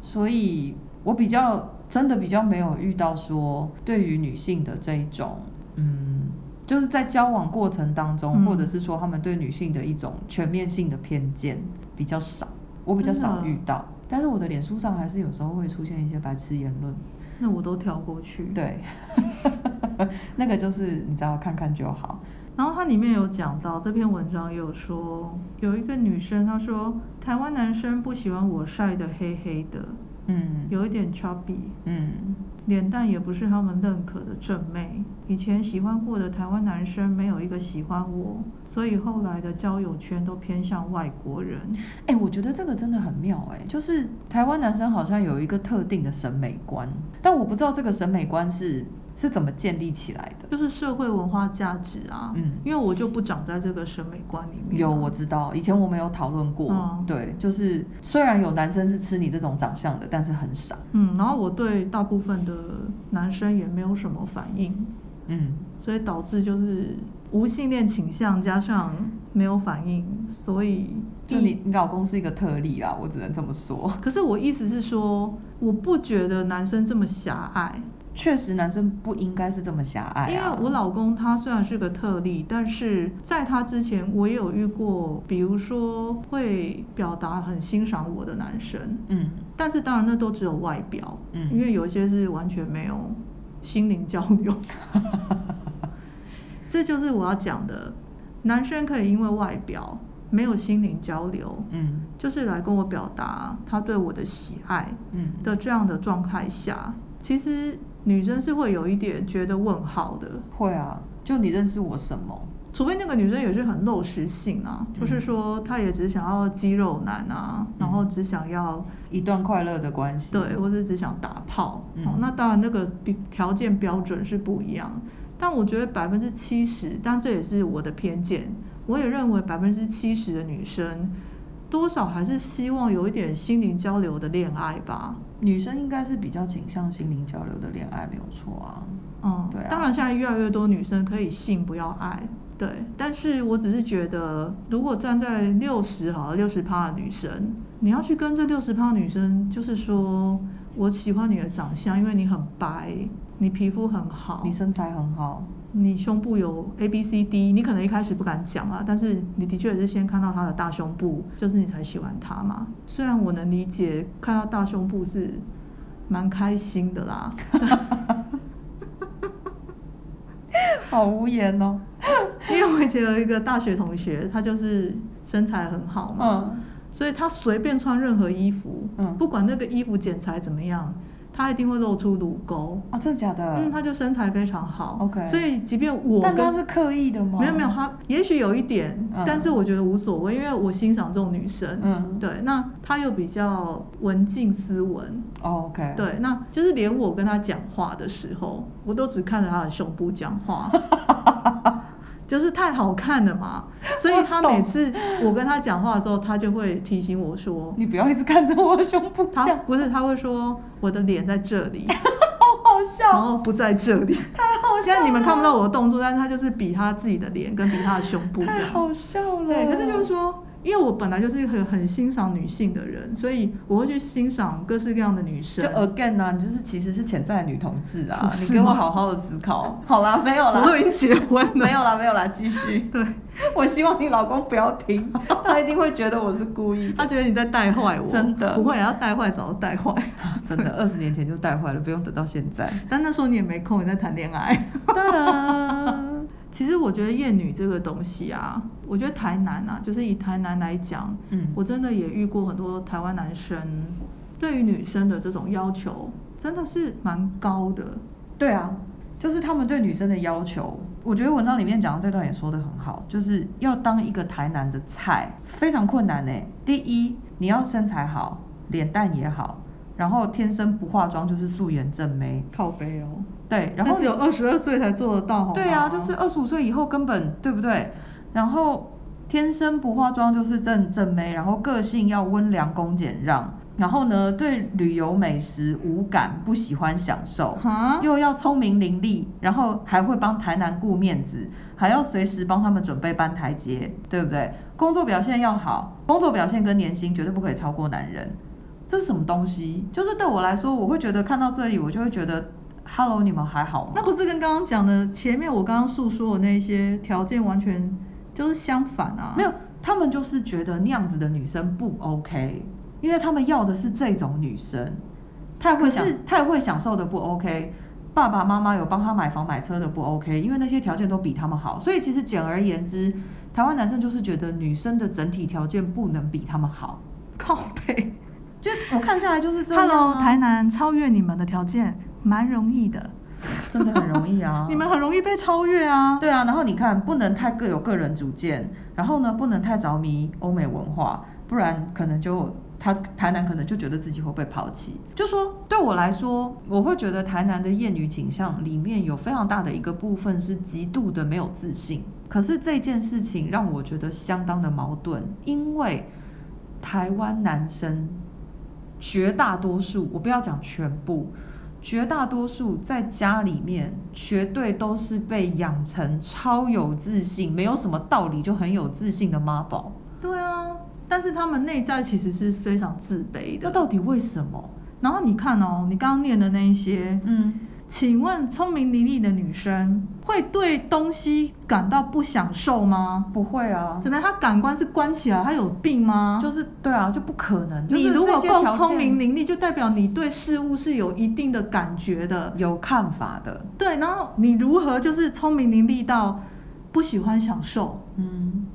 [SPEAKER 1] 所以我比较真的比较没有遇到说对于女性的这一种，嗯，就是在交往过程当中，
[SPEAKER 2] 嗯
[SPEAKER 1] 或者是说他们对女性的一种全面性的偏见比较少，我比较
[SPEAKER 2] 真
[SPEAKER 1] 少
[SPEAKER 2] 的啊
[SPEAKER 1] 遇到，但是我的脸书上还是有时候会出现一些白痴言论，
[SPEAKER 2] 那我都跳过去。
[SPEAKER 1] 对， 那个就是你知道看看就好，
[SPEAKER 2] 然后它里面有讲到这篇文章也有说，有一个女生她说，台湾男生不喜欢我晒得黑黑的，
[SPEAKER 1] 嗯
[SPEAKER 2] 有一点 chubby，
[SPEAKER 1] 嗯
[SPEAKER 2] 脸蛋也不是他们认可的正妹。以前喜欢过的台湾男生没有一个喜欢我，所以后来的交友圈都偏向外国人。
[SPEAKER 1] 哎、我觉得这个真的很妙哎、就是台湾男生好像有一个特定的审美观，但我不知道这个审美观是是怎么建立起来的。
[SPEAKER 2] 就是社会文化价值啊，
[SPEAKER 1] 嗯
[SPEAKER 2] 因为我就不长在这个审美观里面啊、
[SPEAKER 1] 有我知道，以前我们有讨论过，
[SPEAKER 2] 嗯
[SPEAKER 1] 对，就是虽然有男生是吃你这种长相的，但是很少，
[SPEAKER 2] 嗯，然后我对大部分的男生也没有什么反应，
[SPEAKER 1] 嗯，
[SPEAKER 2] 所以导致就是无性恋倾向加上没有反应，所以
[SPEAKER 1] 就你你老公是一个特例啊啦，我只能这么说。
[SPEAKER 2] 可是我意思是说，我不觉得男生这么狭隘，
[SPEAKER 1] 确实，男生不应该是这么狭隘、啊，
[SPEAKER 2] 因为我老公他虽然是个特例，但是在他之前我也有遇过，比如说会表达很欣赏我的男生，
[SPEAKER 1] 嗯
[SPEAKER 2] 但是当然那都只有外表，
[SPEAKER 1] 嗯
[SPEAKER 2] 因为有一些是完全没有心灵交 流。这就是我要讲的，男生可以因为外表没有心灵交流，
[SPEAKER 1] 嗯
[SPEAKER 2] 就是来跟我表达他对我的喜爱，
[SPEAKER 1] 嗯
[SPEAKER 2] 的这样的状态下，其实女生是会有一点觉得问号的，
[SPEAKER 1] 会啊，就你认识我什么？
[SPEAKER 2] 除非那个女生也是很肉食性啊，
[SPEAKER 1] 嗯
[SPEAKER 2] 就是说她也只想要肌肉男啊，然后只想要
[SPEAKER 1] 一段快乐的关系。
[SPEAKER 2] 对，或者只想打炮。
[SPEAKER 1] 嗯
[SPEAKER 2] 哦，那当然那个比条件标准是不一样，但我觉得百分之七十，但这也是我的偏见，我也认为百分之七十的女生。多少还是希望有一点心灵交流的恋爱吧，
[SPEAKER 1] 女生应该是比较倾向心灵交流的恋爱，没有错啊。
[SPEAKER 2] 嗯，
[SPEAKER 1] 对啊
[SPEAKER 2] 当然现在越来越多女生可以性不要爱，对。但是我只是觉得，如果站在六十好六十趴的女生，你要去跟这六十趴女生，就是说我喜欢你的长相，因为你很白，你皮肤很好，
[SPEAKER 1] 你身材很 好，
[SPEAKER 2] 你胸部有 A B C D，你可能一开始不敢讲啊，但是你的确也是先看到他的大胸部，就是你才喜欢他嘛。虽然我能理解看到大胸部是蛮开心的啦，
[SPEAKER 1] 好无言哦。
[SPEAKER 2] 因为我以前有一个大学同学，他就是身材很好嘛，
[SPEAKER 1] 嗯，
[SPEAKER 2] 所以他随便穿任何衣服，
[SPEAKER 1] 嗯
[SPEAKER 2] 不管那个衣服剪裁怎么样，他一定会露出乳沟。
[SPEAKER 1] 啊，真的假的？
[SPEAKER 2] 嗯，他就身材非常好。
[SPEAKER 1] OK
[SPEAKER 2] 所以即便我
[SPEAKER 1] 但
[SPEAKER 2] 跟
[SPEAKER 1] 他是刻意的吗？
[SPEAKER 2] 没有没有，，她也许有一点，
[SPEAKER 1] 嗯
[SPEAKER 2] 但是我觉得无所谓，因为我欣赏这种女生。
[SPEAKER 1] 嗯
[SPEAKER 2] 对，那她又比较文静斯文，
[SPEAKER 1] 哦，OK，，
[SPEAKER 2] 对，那就是连我跟她讲话的时候，我都只看着她的胸部讲话， 就是太好看了嘛。所以她每次我跟她讲话的时候，她就会提醒我说，
[SPEAKER 1] 你不要一直看着我的胸部
[SPEAKER 2] 她
[SPEAKER 1] 讲，
[SPEAKER 2] 不是，她会说我的脸在这里，
[SPEAKER 1] 好哦好
[SPEAKER 2] 然
[SPEAKER 1] 笑，
[SPEAKER 2] 后不在这里。
[SPEAKER 1] 太好哦笑
[SPEAKER 2] 现在
[SPEAKER 1] 了，
[SPEAKER 2] 你们看不到我的动作，但是她就是比她自己的脸跟比她的胸部这
[SPEAKER 1] 太
[SPEAKER 2] 样。
[SPEAKER 1] 好笑了。
[SPEAKER 2] 对，可是就是说，因为我本来就是一个很很欣赏女性的人，所以我会去欣赏各式各样的女生。
[SPEAKER 1] 就 again 啊，你就是其实是潜在的女同志啊，你
[SPEAKER 2] 哦是
[SPEAKER 1] 给我
[SPEAKER 2] 吗
[SPEAKER 1] 好好的思考。好啦，没有
[SPEAKER 2] 我
[SPEAKER 1] 啦，
[SPEAKER 2] 都已经结婚了，
[SPEAKER 1] 没有啦，没有啦，继续。
[SPEAKER 2] 对
[SPEAKER 1] 我希望你老公不要 听，他一定会觉得我是故意的。
[SPEAKER 2] 他觉得你在带坏我，
[SPEAKER 1] 真的
[SPEAKER 2] 不会啊，要带坏早就带坏。
[SPEAKER 1] 啊真的，二十年前就带坏了，不用等到现在。
[SPEAKER 2] 但那时候你也没空，你在谈恋爱。
[SPEAKER 1] 当啊然，
[SPEAKER 2] 其实我觉得厌女这个东西啊，我觉得台南啊，就是以台南来讲，
[SPEAKER 1] 嗯，
[SPEAKER 2] 我真的也遇过很多台湾男生对于女生的这种要求，真的是蛮高的。
[SPEAKER 1] 对啊，就是他们对女生的要求。我觉得文章里面讲的这段也说的很好，就是要当一个台南的菜非常困难呢、欸第一，你要身材好，脸蛋也好，然后天生不化妆就是素颜正妹，
[SPEAKER 2] 靠背哦，
[SPEAKER 1] 对，然
[SPEAKER 2] 那
[SPEAKER 1] 后
[SPEAKER 2] 只有二十二岁才做得到，好吗
[SPEAKER 1] 对啊，就是二十五岁以后根本对不对？然后天生不化妆就是正正妹，然后个性要温良恭俭让，然后呢对旅游美食无感，不喜欢享受，
[SPEAKER 2] 哈，
[SPEAKER 1] 又要聪明伶俐，然后还会帮台南顾面子，还要随时帮他们准备搬台阶，对不对？工作表现要好，工作表现跟年薪绝对不可以超过男人。这是什么东西？就是对我来说，我会觉得看到这里，我就会觉得，Hello，你们还好吗？
[SPEAKER 2] 那不是跟刚刚讲的前面我刚刚诉说的那些条件完全就是相反啊？
[SPEAKER 1] 没有，他们就是觉得那样子的女生不 OK，因为他们要的是这种女生，太会享
[SPEAKER 2] 可是
[SPEAKER 1] 太会享受的不 OK。爸爸妈妈有帮他买房买车的不 OK，因为那些条件都比他们好，所以其实简而言之，台湾男生就是觉得女生的整体条件不能比他们好，
[SPEAKER 2] 靠背。
[SPEAKER 1] 就我看下来就是这样、啊。
[SPEAKER 2] Hello，台南超越你们的条件蛮容易的，
[SPEAKER 1] 真的很容易啊
[SPEAKER 2] ，你们很容易被超越啊。
[SPEAKER 1] 对啊，然后你看，不能太各有个人主见，然后呢，不能太着迷欧美文化，不然可能就他台南可能就觉得自己会被抛弃。就说对我来说，我会觉得台南的厌女倾向里面有非常大的一个部分是极度的没有自信。可是这件事情让我觉得相当的矛盾，因为台湾男生绝大多数，我不要讲全部，绝大多数在家里面绝对都是被养成超有自信，没有什么道理就很有自信的妈宝。
[SPEAKER 2] 对啊，但是他们内在其实是非常自卑
[SPEAKER 1] 那
[SPEAKER 2] 的。
[SPEAKER 1] 到底为什么？
[SPEAKER 2] 然后你看哦，你刚刚念的那一些，
[SPEAKER 1] 嗯，
[SPEAKER 2] 请问聪明伶俐的女生会对东西感到不享受吗？
[SPEAKER 1] 不会啊，
[SPEAKER 2] 怎么样？她感官是关起来，她有病吗？
[SPEAKER 1] 就是对啊，就不可能。就
[SPEAKER 2] 你
[SPEAKER 1] 是
[SPEAKER 2] 如
[SPEAKER 1] 这
[SPEAKER 2] 果
[SPEAKER 1] 些
[SPEAKER 2] 够
[SPEAKER 1] 条
[SPEAKER 2] 聪
[SPEAKER 1] 件
[SPEAKER 2] 明伶俐，就代表你对事物是有一定的感觉的。
[SPEAKER 1] 有看法的，
[SPEAKER 2] 对，然后你如何就是聪明伶俐到不喜欢享受，
[SPEAKER 1] 嗯，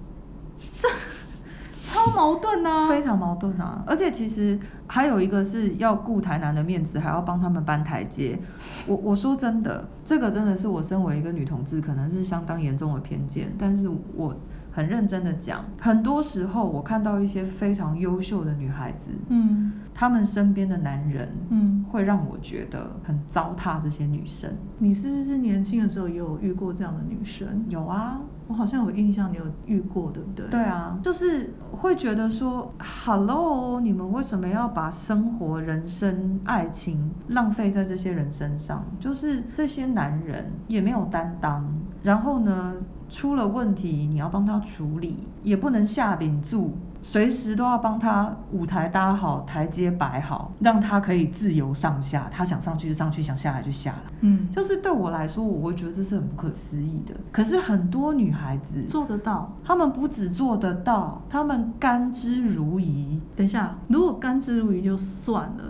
[SPEAKER 2] 超矛盾啊！
[SPEAKER 1] 非常矛盾啊！而且其实还有一个是要顾台南的面子，还要帮他们搬台阶。我我说真的，这个真的是我身为一个女同志，可能是相当严重的偏见，但是我很认真的讲，很多时候我看到一些非常优秀的女孩子，
[SPEAKER 2] 嗯
[SPEAKER 1] 她们身边的男人
[SPEAKER 2] 嗯，
[SPEAKER 1] 会让我觉得很糟蹋这些女生。
[SPEAKER 2] 你是不是年轻的时候也有遇过这样的女生？
[SPEAKER 1] 有啊，
[SPEAKER 2] 我好像有印象，你有遇过，对不对？
[SPEAKER 1] 对啊，就是会觉得说，Hello，你们为什么要把生活、人生、爱情浪费在这些人身上？就是这些男人也没有担当，然后呢，出了问题你要帮他处理，也不能下饼住。随时都要帮他舞台搭好，台阶摆好，让他可以自由上下，他想上去就上去，想下来就下来。
[SPEAKER 2] 嗯，
[SPEAKER 1] 就是对我来说，我会觉得这是很不可思议的。可是很多女孩子，
[SPEAKER 2] 做得到。
[SPEAKER 1] 她们不只做得到，她们甘之如饴。
[SPEAKER 2] 等一下，如果甘之如饴就算了，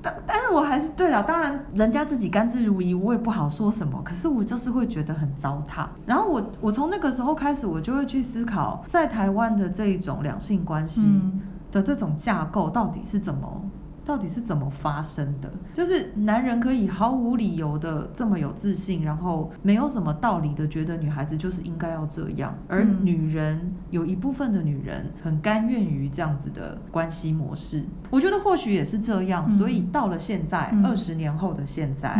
[SPEAKER 1] 但但是我还是对了，当然人家自己甘之如饴，我也不好说什么。可是我就是会觉得很糟蹋。然后我我从那个时候开始，我就会去思考，在台湾的这一种两性关系
[SPEAKER 2] 嗯
[SPEAKER 1] 的这种架构到底是怎么。到底是怎么发生的？就是男人可以毫无理由的这么有自信，然后没有什么道理的觉得女孩子就是应该要这样，而
[SPEAKER 2] 嗯
[SPEAKER 1] 女人有一部分的女人很甘愿于这样子的关系模式。我觉得或许也是这样，
[SPEAKER 2] 嗯
[SPEAKER 1] 所以到了现在，
[SPEAKER 2] 嗯
[SPEAKER 1] 二十、年后的现在，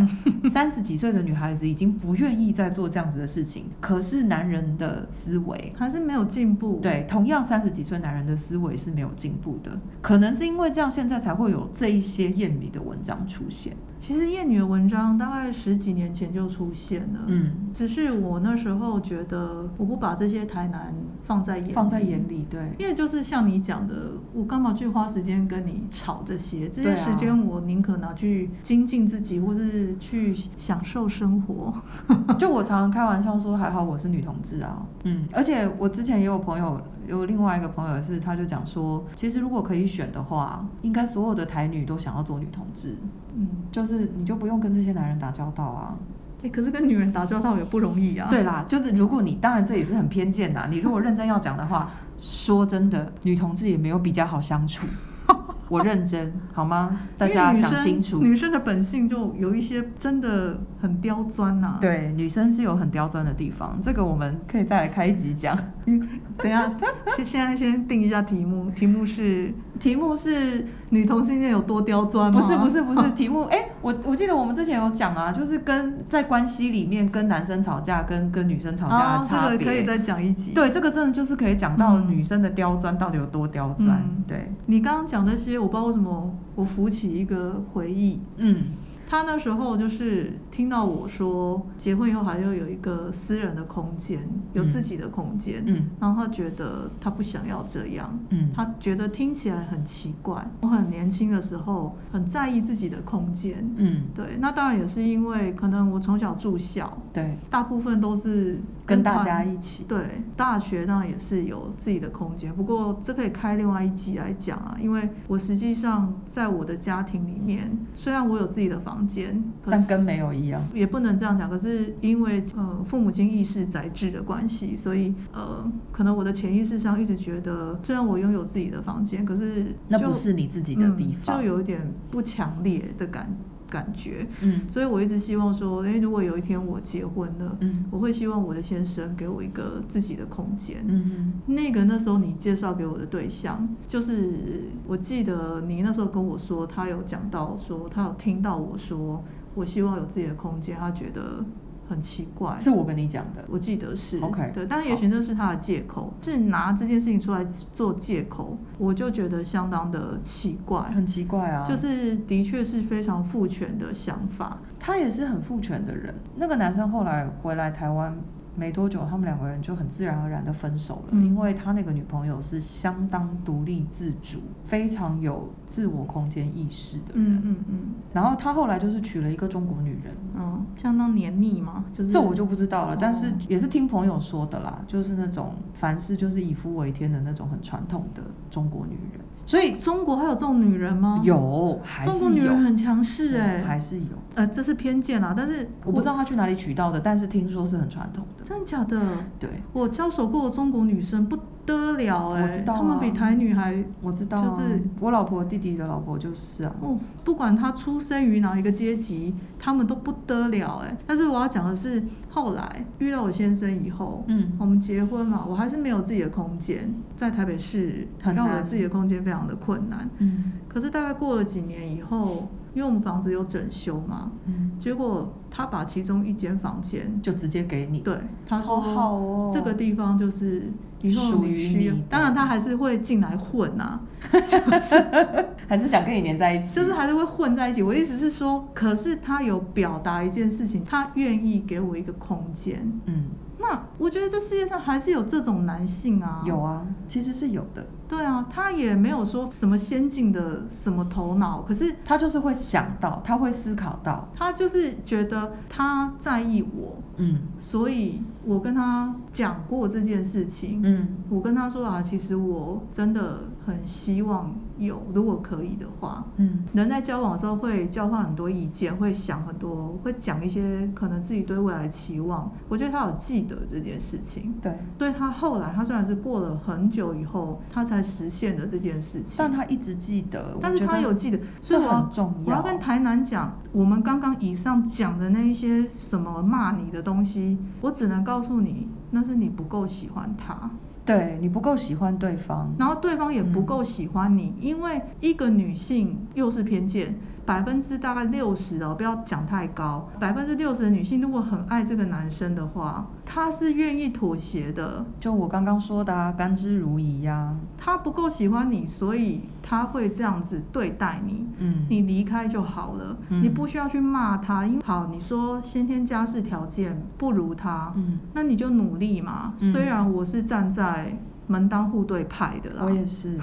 [SPEAKER 1] 三十、几岁的女孩子已经不愿意再做这样子的事情，可是男人的思维
[SPEAKER 2] 还是没有进步。，
[SPEAKER 1] 对，同样三十几岁男人的思维是没有进步的，可能是因为这样，现在才会有这一些艳女的文章出现。
[SPEAKER 2] 其实艳女的文章大概十几年前就出现了。
[SPEAKER 1] 嗯，
[SPEAKER 2] 只是我那时候觉得，我不把这些台南放在眼，
[SPEAKER 1] 放在眼，里，对，
[SPEAKER 2] 因为就是像你讲的，我干嘛去花时间跟你吵这些？这
[SPEAKER 1] 对
[SPEAKER 2] 些
[SPEAKER 1] 啊
[SPEAKER 2] 时间我宁可拿去精进自己，或是去享受生活。
[SPEAKER 1] 就我常常开玩笑说，还好我是女同志啊。嗯，而且我之前也有朋友，有另外一个朋友是，他就讲说，其实如果可以选的话，应该所有的台女都想要做女同志，
[SPEAKER 2] 嗯，
[SPEAKER 1] 就是你就不用跟这些男人打交道啊。
[SPEAKER 2] 欸可是跟女人打交道也不容易啊。
[SPEAKER 1] 对啦，就是如果你当然这也是很偏见呐，你如果认真要讲的话，说真的，女同志也没有比较好相 处。我认真好吗？大家
[SPEAKER 2] 因为女
[SPEAKER 1] 想
[SPEAKER 2] 生
[SPEAKER 1] 清楚。
[SPEAKER 2] 女生的本性就有一些真的很刁钻呐、，
[SPEAKER 1] 对，女生是有很刁钻的地方，这个我们可以再来开一集讲。
[SPEAKER 2] 等一下，现现在先定一下题目，题目是
[SPEAKER 1] 题目是
[SPEAKER 2] 女同性恋有多刁钻吗？
[SPEAKER 1] 不是不是不 是题目？哎、我我记得我们之前有讲啊，就是跟在关系里面跟男生吵架跟跟女生吵架
[SPEAKER 2] 啊，
[SPEAKER 1] 的
[SPEAKER 2] 这
[SPEAKER 1] 差
[SPEAKER 2] 个
[SPEAKER 1] 别。
[SPEAKER 2] 可以再讲一集。，
[SPEAKER 1] 对，这个真的就是可以讲到
[SPEAKER 2] 嗯
[SPEAKER 1] 女生的刁钻到底有多刁钻。
[SPEAKER 2] 嗯
[SPEAKER 1] 对，
[SPEAKER 2] 你刚刚讲那些，我不知道为什么我浮起一个回忆。
[SPEAKER 1] 嗯
[SPEAKER 2] 他那时候就是听到我说，结婚以后还要有一个私人的空间，有自己的空间。
[SPEAKER 1] 嗯
[SPEAKER 2] 然后他觉得他不想要这样，
[SPEAKER 1] 嗯，
[SPEAKER 2] 他觉得听起来很奇怪。我很年轻的时候很在意自己的空间，
[SPEAKER 1] 嗯
[SPEAKER 2] 对，那当然也是因为可能我从小住校，
[SPEAKER 1] 对，
[SPEAKER 2] 大部分都是
[SPEAKER 1] 跟大
[SPEAKER 2] 团
[SPEAKER 1] 家一起。
[SPEAKER 2] 对，大学当然也是有自己的空间，不过这可以开另外一集来讲啊，因为我实际上在我的家庭里面，虽然我有自己的房间，可
[SPEAKER 1] 但
[SPEAKER 2] 是
[SPEAKER 1] 跟没有一样。
[SPEAKER 2] 也不能这样讲，可是因为呃父母亲意识载制的关系，所以呃可能我的潜意识上一直觉得，虽然我拥有自己的房间，可是
[SPEAKER 1] 那
[SPEAKER 2] 就
[SPEAKER 1] 不是你自己的地
[SPEAKER 2] 嗯
[SPEAKER 1] 方。
[SPEAKER 2] 就有一点不强烈的感感觉，
[SPEAKER 1] 嗯
[SPEAKER 2] 所以我一直希望说，诶，如果有一天我结婚了，
[SPEAKER 1] 嗯
[SPEAKER 2] 我会希望我的先生给我一个自己的空间。
[SPEAKER 1] 嗯
[SPEAKER 2] 那个那时候你介绍给我的对象，就是我记得你那时候跟我说，他有讲到说，他有听到我说，我希望有自己的空间，他觉得很奇怪
[SPEAKER 1] 嗯哼，。是我跟你讲的。
[SPEAKER 2] 我记得是
[SPEAKER 1] OK，
[SPEAKER 2] 对，但也许那是他的借口，是拿这件事情出来做借口，我就觉得相当的奇怪，
[SPEAKER 1] 很奇怪啊，
[SPEAKER 2] 就是的确是非常父权的想法。
[SPEAKER 1] 他也是很父权的人。那个男生后来回来台湾没多久，他们两个人就很自然而然的分手了，
[SPEAKER 2] 嗯
[SPEAKER 1] 因为他那个女朋友是相当独立自主、非常有自我空间意识的人。
[SPEAKER 2] 嗯嗯嗯
[SPEAKER 1] 然后他后来就是娶了一个中国女人，
[SPEAKER 2] 嗯，相当黏腻嘛，就是
[SPEAKER 1] 这我就不知道了，
[SPEAKER 2] 哦
[SPEAKER 1] 但是也是听朋友说的啦，就是那种凡事就是以夫为天的那种很传统的中国女人，所以
[SPEAKER 2] 中国还有这种女人吗？，
[SPEAKER 1] 有还
[SPEAKER 2] 哦中国
[SPEAKER 1] 是
[SPEAKER 2] 女
[SPEAKER 1] 有
[SPEAKER 2] 人，很强势哎、
[SPEAKER 1] 嗯还是有，
[SPEAKER 2] 呃，这是偏见啦，但是
[SPEAKER 1] 我不知道他去哪里取到的，但是听说是很传统的，
[SPEAKER 2] 真的假的，
[SPEAKER 1] 对，
[SPEAKER 2] 我交手过的中国女生不得了哎、
[SPEAKER 1] 我知道啊
[SPEAKER 2] 她们比台女还
[SPEAKER 1] 我知道、啊，
[SPEAKER 2] 就是
[SPEAKER 1] 我老婆弟弟的老婆就是啊，
[SPEAKER 2] 哦，不管她出生于哪一个阶级，她们都不得了哎、但是我要讲的是，后来遇到我先生以后，
[SPEAKER 1] 嗯
[SPEAKER 2] 我们结婚嘛，我还是没有自己的空间，在台北市
[SPEAKER 1] 很
[SPEAKER 2] 让我有
[SPEAKER 1] 难
[SPEAKER 2] 自己的空间非常的困难。
[SPEAKER 1] 嗯
[SPEAKER 2] 可是大概过了几年以后，因为我们房子有整修嘛，
[SPEAKER 1] 嗯，
[SPEAKER 2] 结果他把其中一间房间，
[SPEAKER 1] 就直接给你，
[SPEAKER 2] 对他说、
[SPEAKER 1] 好好哦
[SPEAKER 2] 这个地方就是以后
[SPEAKER 1] 属于
[SPEAKER 2] 需要
[SPEAKER 1] 你的，
[SPEAKER 2] 当然他还是会进来混啊，
[SPEAKER 1] 还是想跟你黏在一起，
[SPEAKER 2] 就是还是会混在一起。我意思是说，可是他有表达一件事情，他愿意给我一个空间。
[SPEAKER 1] 嗯
[SPEAKER 2] 那我觉得这世界上还是有这种男性啊，
[SPEAKER 1] 有啊，其实是有的。
[SPEAKER 2] 对啊，他也没有说什么先进的什么头脑，可是
[SPEAKER 1] 他就是会想到，他会思考到，
[SPEAKER 2] 他就是觉得他在意我，
[SPEAKER 1] 嗯
[SPEAKER 2] 所以我跟他讲过这件事情，
[SPEAKER 1] 嗯
[SPEAKER 2] 我跟他说啊，其实我真的很希望有，如果可以的话。
[SPEAKER 1] 嗯
[SPEAKER 2] 人在交往的时候会交换很多意见，会想很多，会讲一些可能自己对未来的期望。我觉得他有记得这件事情，
[SPEAKER 1] 对。
[SPEAKER 2] 所以他后来他虽然是过了很久以后，他才实现的这件事情。
[SPEAKER 1] 但他一直记得，我
[SPEAKER 2] 但是
[SPEAKER 1] 觉
[SPEAKER 2] 他
[SPEAKER 1] 得
[SPEAKER 2] 有记得，所
[SPEAKER 1] 这
[SPEAKER 2] 以我要
[SPEAKER 1] 很重
[SPEAKER 2] 我要跟台南讲，我们刚刚以上讲的那一些什么骂你的东西，我只能告诉你，那是你不够喜欢他，
[SPEAKER 1] 对你不够喜欢对方，
[SPEAKER 2] 然后对方也不够喜欢你，因为一个女性又是偏见。百分之大概六十哦，不要讲太高。百分之六十的女性如果很爱这个男生的话，她是愿意妥协的。
[SPEAKER 1] 就我刚刚说的啊，甘之如饴呀、
[SPEAKER 2] 她不够喜欢你，所以她会这样子对待你。
[SPEAKER 1] 嗯，
[SPEAKER 2] 你离开就好了，
[SPEAKER 1] 嗯
[SPEAKER 2] 你不需要去骂他，因为好，你说先天家世条件不如他，
[SPEAKER 1] 嗯，
[SPEAKER 2] 那你就努力嘛。
[SPEAKER 1] 嗯
[SPEAKER 2] 虽然我是站在门当户对派的啦，
[SPEAKER 1] 我也是，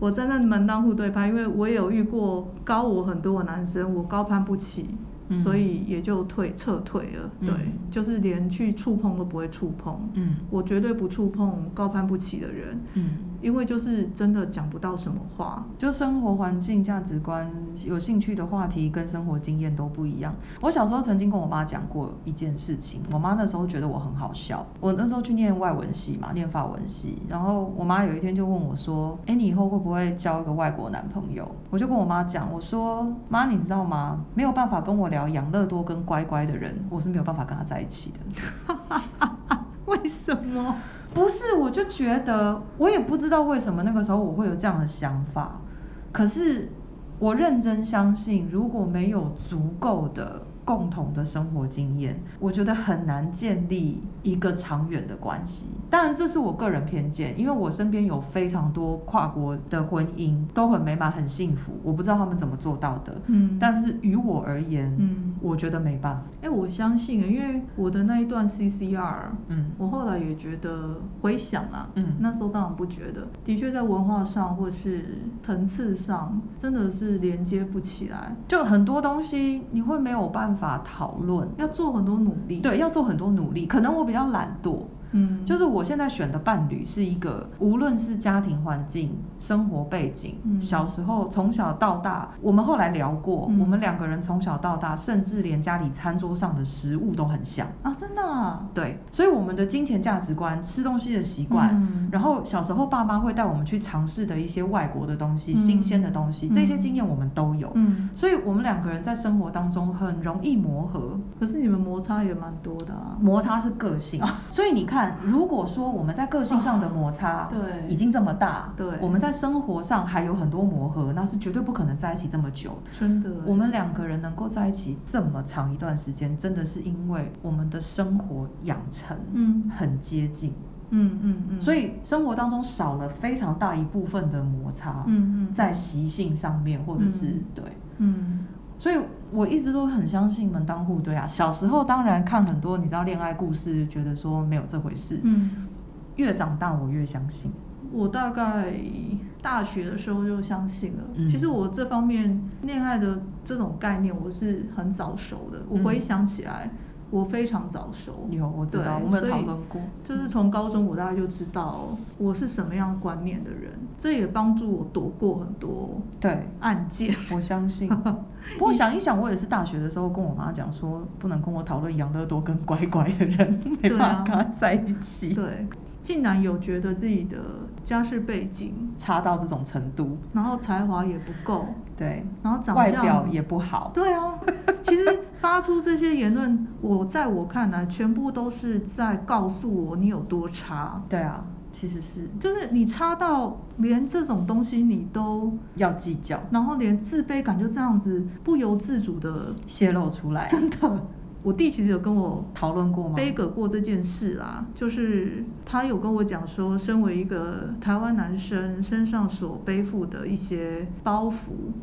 [SPEAKER 2] 我站在门当户对派，因为我也有遇过高我很多的男生，我高攀不起，
[SPEAKER 1] 嗯
[SPEAKER 2] 所以也就退撤退了。
[SPEAKER 1] 嗯
[SPEAKER 2] 对，就是连去触碰都不会触碰，
[SPEAKER 1] 嗯
[SPEAKER 2] 我绝对不触碰高攀不起的人，
[SPEAKER 1] 嗯，
[SPEAKER 2] 因为就是真的讲不到什么话。
[SPEAKER 1] 就生活环境、价值观、有兴趣的话题跟生活经验都不一样。我小时候曾经跟我妈讲过一件事情，我妈那时候觉得我很好笑。我那时候去念外文系嘛，念法文系，然后我妈有一天就问我说：“哎，你以后会不会交一个外国男朋友？”我就跟我妈讲，我说：“妈，你知道吗？没有办法跟我聊养乐多跟乖乖的人，我是没有办法跟他在一起的。”
[SPEAKER 2] 为什么？
[SPEAKER 1] 不是，我就觉得我也不知道为什么那个时候我会有这样的想法，可是我认真相信，如果没有足够的共同的生活经验，我觉得很难建立一个长远的关系。当然，这是我个人偏见，因为我身边有非常多跨国的婚姻都很美满、很幸福，我不知道他们怎么做到的。
[SPEAKER 2] 嗯，
[SPEAKER 1] 但是于我而言，
[SPEAKER 2] 嗯。
[SPEAKER 1] 我觉得没办法。
[SPEAKER 2] 哎、我相信、因为我的那一段 CCR，
[SPEAKER 1] 嗯
[SPEAKER 2] 我后来也觉得回想啦，
[SPEAKER 1] 嗯
[SPEAKER 2] 那时候当然不觉得，的确在文化上或是层次上，真的是连接不起来，
[SPEAKER 1] 就很多东西你会没有办法讨论，
[SPEAKER 2] 要做很多努力。，
[SPEAKER 1] 对，要做很多努力。可能我比较懒惰，
[SPEAKER 2] 嗯，
[SPEAKER 1] 就是我现在选的伴侣是一个，无论是家庭环境、生活背景，
[SPEAKER 2] 嗯
[SPEAKER 1] 小时候从小到大，我们后来聊过，
[SPEAKER 2] 嗯
[SPEAKER 1] 我们两个人从小到大，甚至连家里餐桌上的食物都很像。
[SPEAKER 2] 啊，真的、啊，
[SPEAKER 1] 对，所以我们的金钱价值观、吃东西的习惯，
[SPEAKER 2] 嗯
[SPEAKER 1] 然后小时候爸妈会带我们去尝试的一些外国的东西、
[SPEAKER 2] 嗯
[SPEAKER 1] 新鲜的东西，
[SPEAKER 2] 嗯
[SPEAKER 1] 这些经验我们都有。
[SPEAKER 2] 嗯，
[SPEAKER 1] 所以，我们两个人在生活当中很容易磨合，
[SPEAKER 2] 可是你们摩擦也蛮多的啊。
[SPEAKER 1] 摩擦是个性，
[SPEAKER 2] 哦
[SPEAKER 1] 所以你看，如果说我们在个性上的摩擦
[SPEAKER 2] 对
[SPEAKER 1] 已经这么大，
[SPEAKER 2] 对
[SPEAKER 1] 我们在生活上还有很多磨合，那是绝对不可能在一起这么久的。欸
[SPEAKER 2] 真的，
[SPEAKER 1] 我们两个人能够在一起这么长一段时间，真的是因为我们的生活养成
[SPEAKER 2] 嗯
[SPEAKER 1] 很接近，
[SPEAKER 2] 嗯嗯嗯，
[SPEAKER 1] 所以生活当中少了非常大一部分的摩擦，
[SPEAKER 2] 嗯嗯
[SPEAKER 1] 在习性上面或者是、
[SPEAKER 2] 嗯
[SPEAKER 1] 对。
[SPEAKER 2] 嗯
[SPEAKER 1] 所以我一直都很相信门当户对啊。小时候当然看很多你知道恋爱故事，觉得说没有这回事。
[SPEAKER 2] 嗯，
[SPEAKER 1] 越长大我越相信。
[SPEAKER 2] 我大概大学的时候就相信了。
[SPEAKER 1] 嗯
[SPEAKER 2] 其实我这方面恋爱的这种概念，我是很早熟的。我
[SPEAKER 1] 嗯
[SPEAKER 2] 回想起来，我非常早熟，
[SPEAKER 1] 有我知道，
[SPEAKER 2] 对
[SPEAKER 1] 我们有
[SPEAKER 2] 所
[SPEAKER 1] 讨
[SPEAKER 2] 以
[SPEAKER 1] 论过。
[SPEAKER 2] 就是从高中我大概就知道我是什么样的观念的人，这也帮助我躲过很多
[SPEAKER 1] 对，
[SPEAKER 2] 案 件。
[SPEAKER 1] 我相 信。不过想一想，我也是大学的时候跟我妈讲说，不能跟我讨论养乐多跟乖乖的人，没
[SPEAKER 2] 对
[SPEAKER 1] 办法
[SPEAKER 2] 啊
[SPEAKER 1] 跟他在一起，
[SPEAKER 2] 对，竟然有觉得自己的家世背景，
[SPEAKER 1] 差到这种程度。
[SPEAKER 2] 然后才华也不够，
[SPEAKER 1] 对，
[SPEAKER 2] 然后长
[SPEAKER 1] 外
[SPEAKER 2] 相
[SPEAKER 1] 表也不好。
[SPEAKER 2] 对啊，其实发出这些言论，我在我看来，全部都是在告诉我你有多差，
[SPEAKER 1] 对啊，其实是
[SPEAKER 2] 就是你差到连这种东西你都，
[SPEAKER 1] 要计较，
[SPEAKER 2] 然后连自卑感就这样子不由自主的，
[SPEAKER 1] 泄露出来。
[SPEAKER 2] 真的我弟其实有跟我
[SPEAKER 1] 讨论过吗？
[SPEAKER 2] 背葛过这件事啦，就是他有跟我讲说，身为一个台湾男生身上所背负的一些包袱，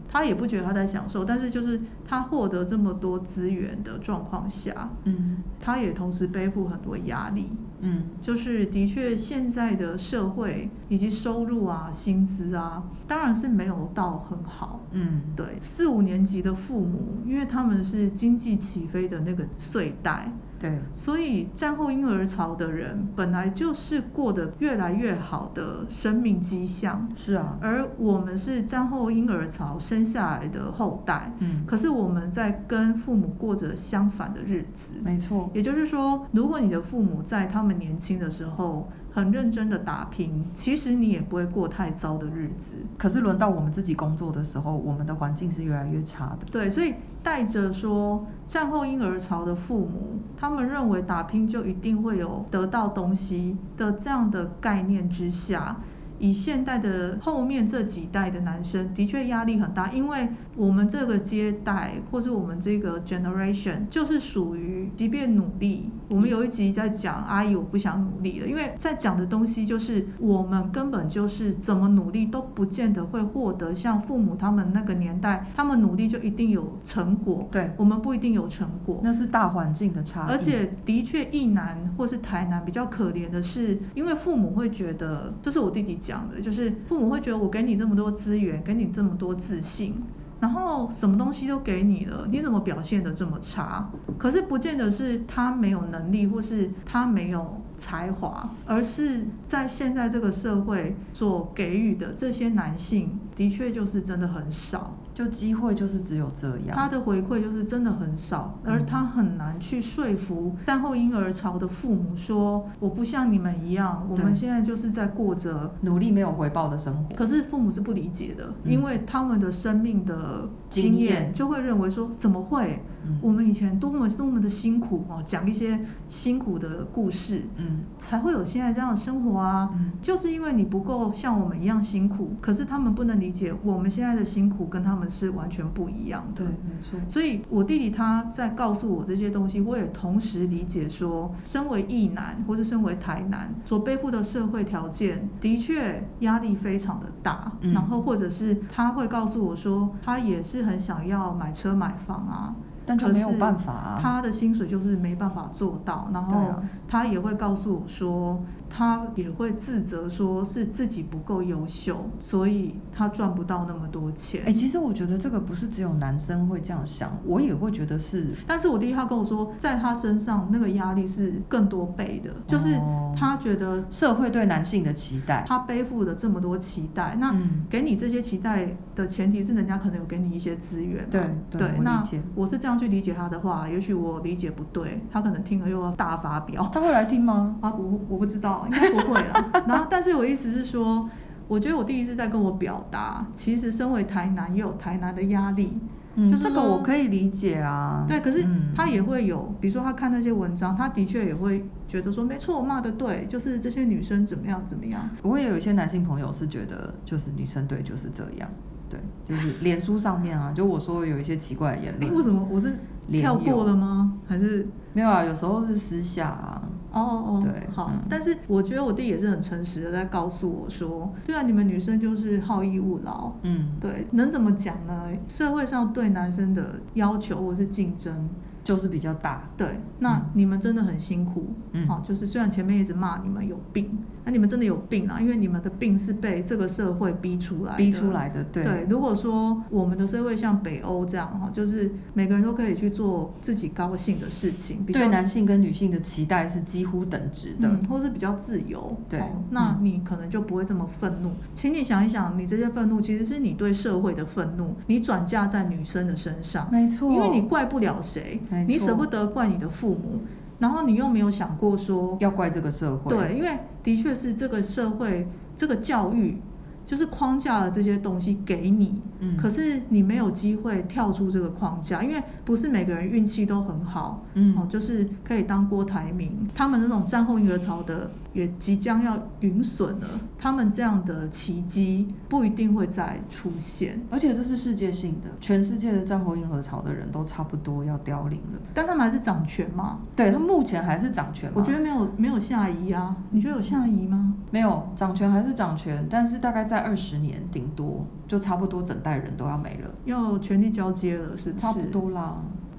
[SPEAKER 2] 他也不觉得他在享受，但是就是他获得这么多资源的状况下，
[SPEAKER 1] 嗯
[SPEAKER 2] 他也同时背负很多压力。
[SPEAKER 1] 嗯
[SPEAKER 2] 就是的确，现在的社会以及收入啊、薪资啊，当然是没有到很好。
[SPEAKER 1] 嗯，
[SPEAKER 2] 对，四五年级的父母，因为他们是经济起飞的那个岁代，
[SPEAKER 1] 对，
[SPEAKER 2] 所以战后婴儿潮的人本来就是过得越来越好的生命迹象，
[SPEAKER 1] 是啊，
[SPEAKER 2] 而我们是战后婴儿潮生下来的后代，
[SPEAKER 1] 嗯，
[SPEAKER 2] 可是我们在跟父母过着相反的日子。
[SPEAKER 1] 没错，
[SPEAKER 2] 也就是说，如果你的父母在他们年轻的时候很认真的打拼，其实你也不会过太糟的日子。
[SPEAKER 1] 可是轮到我们自己工作的时候，我们的环境是越来越差的。
[SPEAKER 2] 对，所以带着说战后婴儿潮的父母，他们认为打拼就一定会有得到东西的这样的概念之下。以现代的后面这几代的男生，的确压力很大，因为我们这个接代或是我们这个 generation 就是属于，即便努力，我们有一集在讲阿姨我不想努力了，因为在讲的东西就是我们根本就是怎么努力都不见得会获得像父母他们那个年代，他们努力就一定有成果，
[SPEAKER 1] 对，
[SPEAKER 2] 我们不一定有成果。
[SPEAKER 1] 那是大环境的差异。
[SPEAKER 2] 而且的确，一男或是台南比较可怜的是，因为父母会觉得，这是我弟弟讲的，就是父母会觉得我给你这么多资源，给你这么多自信。然后什么东西都给你了，你怎么表现的这么差？可是不见得是他没有能力，或是他没有才华，而是在现在这个社会所给予的这些男性，的确就是真的很少。
[SPEAKER 1] 就机会就是只有这样。
[SPEAKER 2] 他的回馈就是真的很少，而他很难去说服战后婴儿潮的父母说，我不像你们一样，我
[SPEAKER 1] 对
[SPEAKER 2] 们现在就是在过着。
[SPEAKER 1] 努力没有回报的生活。
[SPEAKER 2] 可是父母是不理解的，
[SPEAKER 1] 嗯
[SPEAKER 2] 因为他们的生命的
[SPEAKER 1] 经
[SPEAKER 2] 经验
[SPEAKER 1] 验
[SPEAKER 2] 就会认为说，怎么会？
[SPEAKER 1] 嗯
[SPEAKER 2] 我们以前多么多么的辛苦哦，讲一些辛苦的故事，
[SPEAKER 1] 嗯
[SPEAKER 2] 才会有现在这样的生活啊。
[SPEAKER 1] 嗯
[SPEAKER 2] 就是因为你不够像我们一样辛苦，可是他们不能理解我们现在的辛苦跟他们是完全不一样的
[SPEAKER 1] 对，。没错。
[SPEAKER 2] 所以我弟弟他在告诉我这些东西，我也同时理解说，身为异男或是身为台男所背负的社会条件，的确压力非常的大。
[SPEAKER 1] 嗯
[SPEAKER 2] 然后或者是他会告诉我说，他也是很想要买车买房啊，
[SPEAKER 1] 但就
[SPEAKER 2] 可
[SPEAKER 1] 没有
[SPEAKER 2] 是
[SPEAKER 1] 办法啊。
[SPEAKER 2] 他的薪水就是没办法做到，然
[SPEAKER 1] 对
[SPEAKER 2] 后
[SPEAKER 1] 啊
[SPEAKER 2] 他也会告诉我说，他也会自责说是自己不够优秀，所以他赚不到那么多钱
[SPEAKER 1] 哎、。其实我觉得这个不是只有男生会这样想，我也会觉得是
[SPEAKER 2] 但是我弟他跟我说，在他身上那个压力是更多倍的，就是
[SPEAKER 1] 哦
[SPEAKER 2] 他觉得
[SPEAKER 1] 社会对男性的期待。
[SPEAKER 2] 他背负了这么多期待，那
[SPEAKER 1] 嗯，
[SPEAKER 2] 给你这些期待的前提是人家可能有给你一些资源嘛，
[SPEAKER 1] 对对我理
[SPEAKER 2] 哦那
[SPEAKER 1] 解
[SPEAKER 2] 我是这样去理解他的话，也许我理解不对，他可能听了又要大发飙。
[SPEAKER 1] 他会来听吗？
[SPEAKER 2] 啊，我我不知道，应该不会啦。 然后，但是我意思是说，我觉得我弟弟是在跟我表达，其实身为台南也有台南的压力，
[SPEAKER 1] 嗯，
[SPEAKER 2] 就是
[SPEAKER 1] 这个
[SPEAKER 2] 说
[SPEAKER 1] 我可以理解啊。
[SPEAKER 2] 对，可是
[SPEAKER 1] 嗯
[SPEAKER 2] 他也会有，比如说他看那些文章，他的确也会觉得说，没错，我骂的对，就是这些女生怎么样怎么样。
[SPEAKER 1] 我也有一些男性朋友是觉得，就是女生对就是这样，对，就是脸书上面啊， 就我说有一些奇怪的言
[SPEAKER 2] 诶
[SPEAKER 1] 论，
[SPEAKER 2] 为什么我是
[SPEAKER 1] 连
[SPEAKER 2] 跳
[SPEAKER 1] 友
[SPEAKER 2] 过了吗？还是
[SPEAKER 1] 没有啊？有时候是私下啊，
[SPEAKER 2] 哦哦，
[SPEAKER 1] 对
[SPEAKER 2] 好、
[SPEAKER 1] 嗯
[SPEAKER 2] 但是我觉得我弟也是很诚实的在告诉我说，对啊，你们女生就是好逸恶劳。
[SPEAKER 1] 嗯，
[SPEAKER 2] 对，能怎么讲呢？社会上对男生的要求或是竞争，
[SPEAKER 1] 就是比较大，
[SPEAKER 2] 对，那
[SPEAKER 1] 嗯
[SPEAKER 2] 你们真的很辛苦，
[SPEAKER 1] 嗯
[SPEAKER 2] 好、就是虽然前面一直骂你们有病，那你们真的有病啊，因为你们的病是被这个社会逼出来的，
[SPEAKER 1] 逼出来的，
[SPEAKER 2] 对
[SPEAKER 1] 对，
[SPEAKER 2] 如果说我们的社会像北欧这样哈，哦就是每个人都可以去做自己高兴的事情，比较
[SPEAKER 1] 对男性跟女性的期待是几乎等值的，
[SPEAKER 2] 嗯，或是比较自由，
[SPEAKER 1] 对
[SPEAKER 2] 哦，那
[SPEAKER 1] 嗯
[SPEAKER 2] 你可能就不会这么愤怒。请你想一想，你这些愤怒其实是你对社会的愤怒，你转嫁在女生的身上，
[SPEAKER 1] 没错，
[SPEAKER 2] 因为你怪不了谁
[SPEAKER 1] 没，
[SPEAKER 2] 你
[SPEAKER 1] 错
[SPEAKER 2] 舍不得怪你的父母，然后你又没有想过说，
[SPEAKER 1] 要怪这个社会，
[SPEAKER 2] 对，因为的确是这个社会这个教育就是框架了这些东西给你，
[SPEAKER 1] 嗯
[SPEAKER 2] 可是你没有机会跳出这个框架，因为不是每个人运气都很好，
[SPEAKER 1] 嗯
[SPEAKER 2] 哦，就是可以当郭台铭，他们那种战后婴儿潮的也即将要云损了，他们这样的奇迹不一定会再出现，
[SPEAKER 1] 而且这是世界性的，全世界的战后婴儿潮的人都差不多要凋零了。
[SPEAKER 2] 但他们还是掌权嘛，
[SPEAKER 1] 对他目前还是掌权吗？
[SPEAKER 2] 我觉得没有没有下移啊，你觉得有下移吗？
[SPEAKER 1] 没有掌权还是掌权，但是大概在二十年顶多就差不多整代人都要没了，
[SPEAKER 2] 要权力交接了，是不是
[SPEAKER 1] 差不。多啦。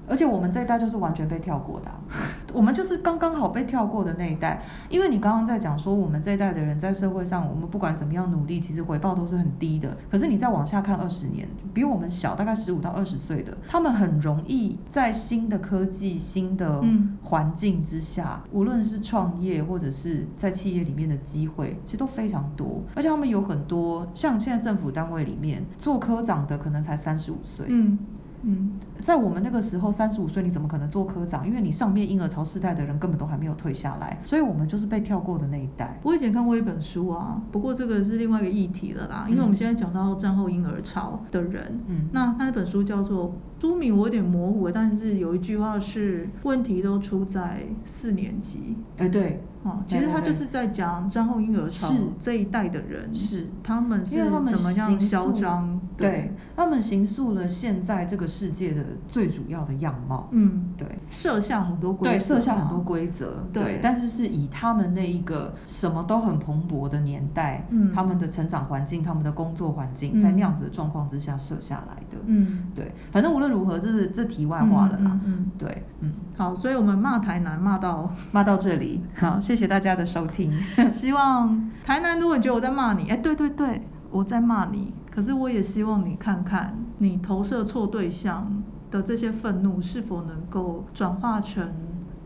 [SPEAKER 1] 而且我们这一代就是完全被跳过的啊、 我们就是刚刚好被跳过的那一代。因为你刚刚在讲说，我们这一代的人在社会上，我们不管怎么样努力，其实回报都是很低的。可是你再往下看二十年，比我们小大概十五到二十岁的，他们很容易在新的科技、新的
[SPEAKER 2] 嗯
[SPEAKER 1] 环境之下，无论是创业或者是在企业里面的机会，其实都非常多。而且他们有很多，像现在政府单位里面做科长的，可能才三十五岁。
[SPEAKER 2] 嗯嗯，
[SPEAKER 1] 在我们那个时候，三十五岁你怎么可能做科长？因为你上面婴儿潮世代的人根本都还没有退下来，所以我们就是被跳过的那一代。
[SPEAKER 2] 我以前看过一本书啊，不过这个是另外一个议题了啦，因为我们现在讲到战后婴儿潮的人，
[SPEAKER 1] 嗯
[SPEAKER 2] 那那本书叫做书名我有点模糊，但是有一句话是问题都出在四年级
[SPEAKER 1] 哎、对，
[SPEAKER 2] 啊、其实
[SPEAKER 1] 对对
[SPEAKER 2] 他
[SPEAKER 1] 对
[SPEAKER 2] 就是在讲战后婴儿潮
[SPEAKER 1] 是
[SPEAKER 2] 这一代的人，
[SPEAKER 1] 是。
[SPEAKER 2] 他们是
[SPEAKER 1] 因为
[SPEAKER 2] 怎
[SPEAKER 1] 他们
[SPEAKER 2] 么样
[SPEAKER 1] 形塑
[SPEAKER 2] 嚣张，
[SPEAKER 1] 对，他们形塑了现在这个世界的最主要的样貌。
[SPEAKER 2] 嗯，
[SPEAKER 1] 对，
[SPEAKER 2] 设下很多规则嘛，
[SPEAKER 1] 对，设下很多规则，
[SPEAKER 2] 对
[SPEAKER 1] 对，但是是以他们那一个什么都很蓬勃的年代，
[SPEAKER 2] 嗯
[SPEAKER 1] 他们的成长环境、他们的工作环境，
[SPEAKER 2] 嗯
[SPEAKER 1] 在那样子的状况之下设下来的。
[SPEAKER 2] 嗯，
[SPEAKER 1] 对，反正无论如何，这是这题外话了啦。
[SPEAKER 2] 嗯嗯嗯
[SPEAKER 1] 对，嗯，
[SPEAKER 2] 好，所以我们骂台南骂到
[SPEAKER 1] 骂到这里，好，谢谢大家的收听。
[SPEAKER 2] 希望台南，如果你觉得我在骂你，哎，对对对，我在骂你。可是我也希望你看看，你投射错对象的这些愤怒是否能够转化成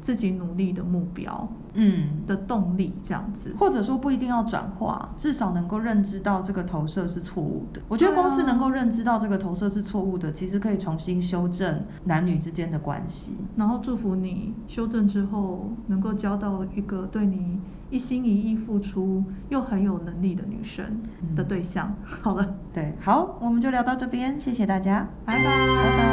[SPEAKER 2] 自己努力的目标
[SPEAKER 1] 嗯，
[SPEAKER 2] 的动力，这样子。
[SPEAKER 1] 或者说不一定要转化，至少能够认知到这个投射是错误的。我觉得
[SPEAKER 2] 对啊
[SPEAKER 1] 光是能够认知到这个投射是错误的，其实可以重新修正男女之间的关系。
[SPEAKER 2] 然后祝福你修正之后，能够交到一个对你一心一意付出又很有能力的女生的对象。好了，
[SPEAKER 1] 对，好，我们就聊到这边，谢谢大家，
[SPEAKER 2] 拜拜
[SPEAKER 1] 拜拜。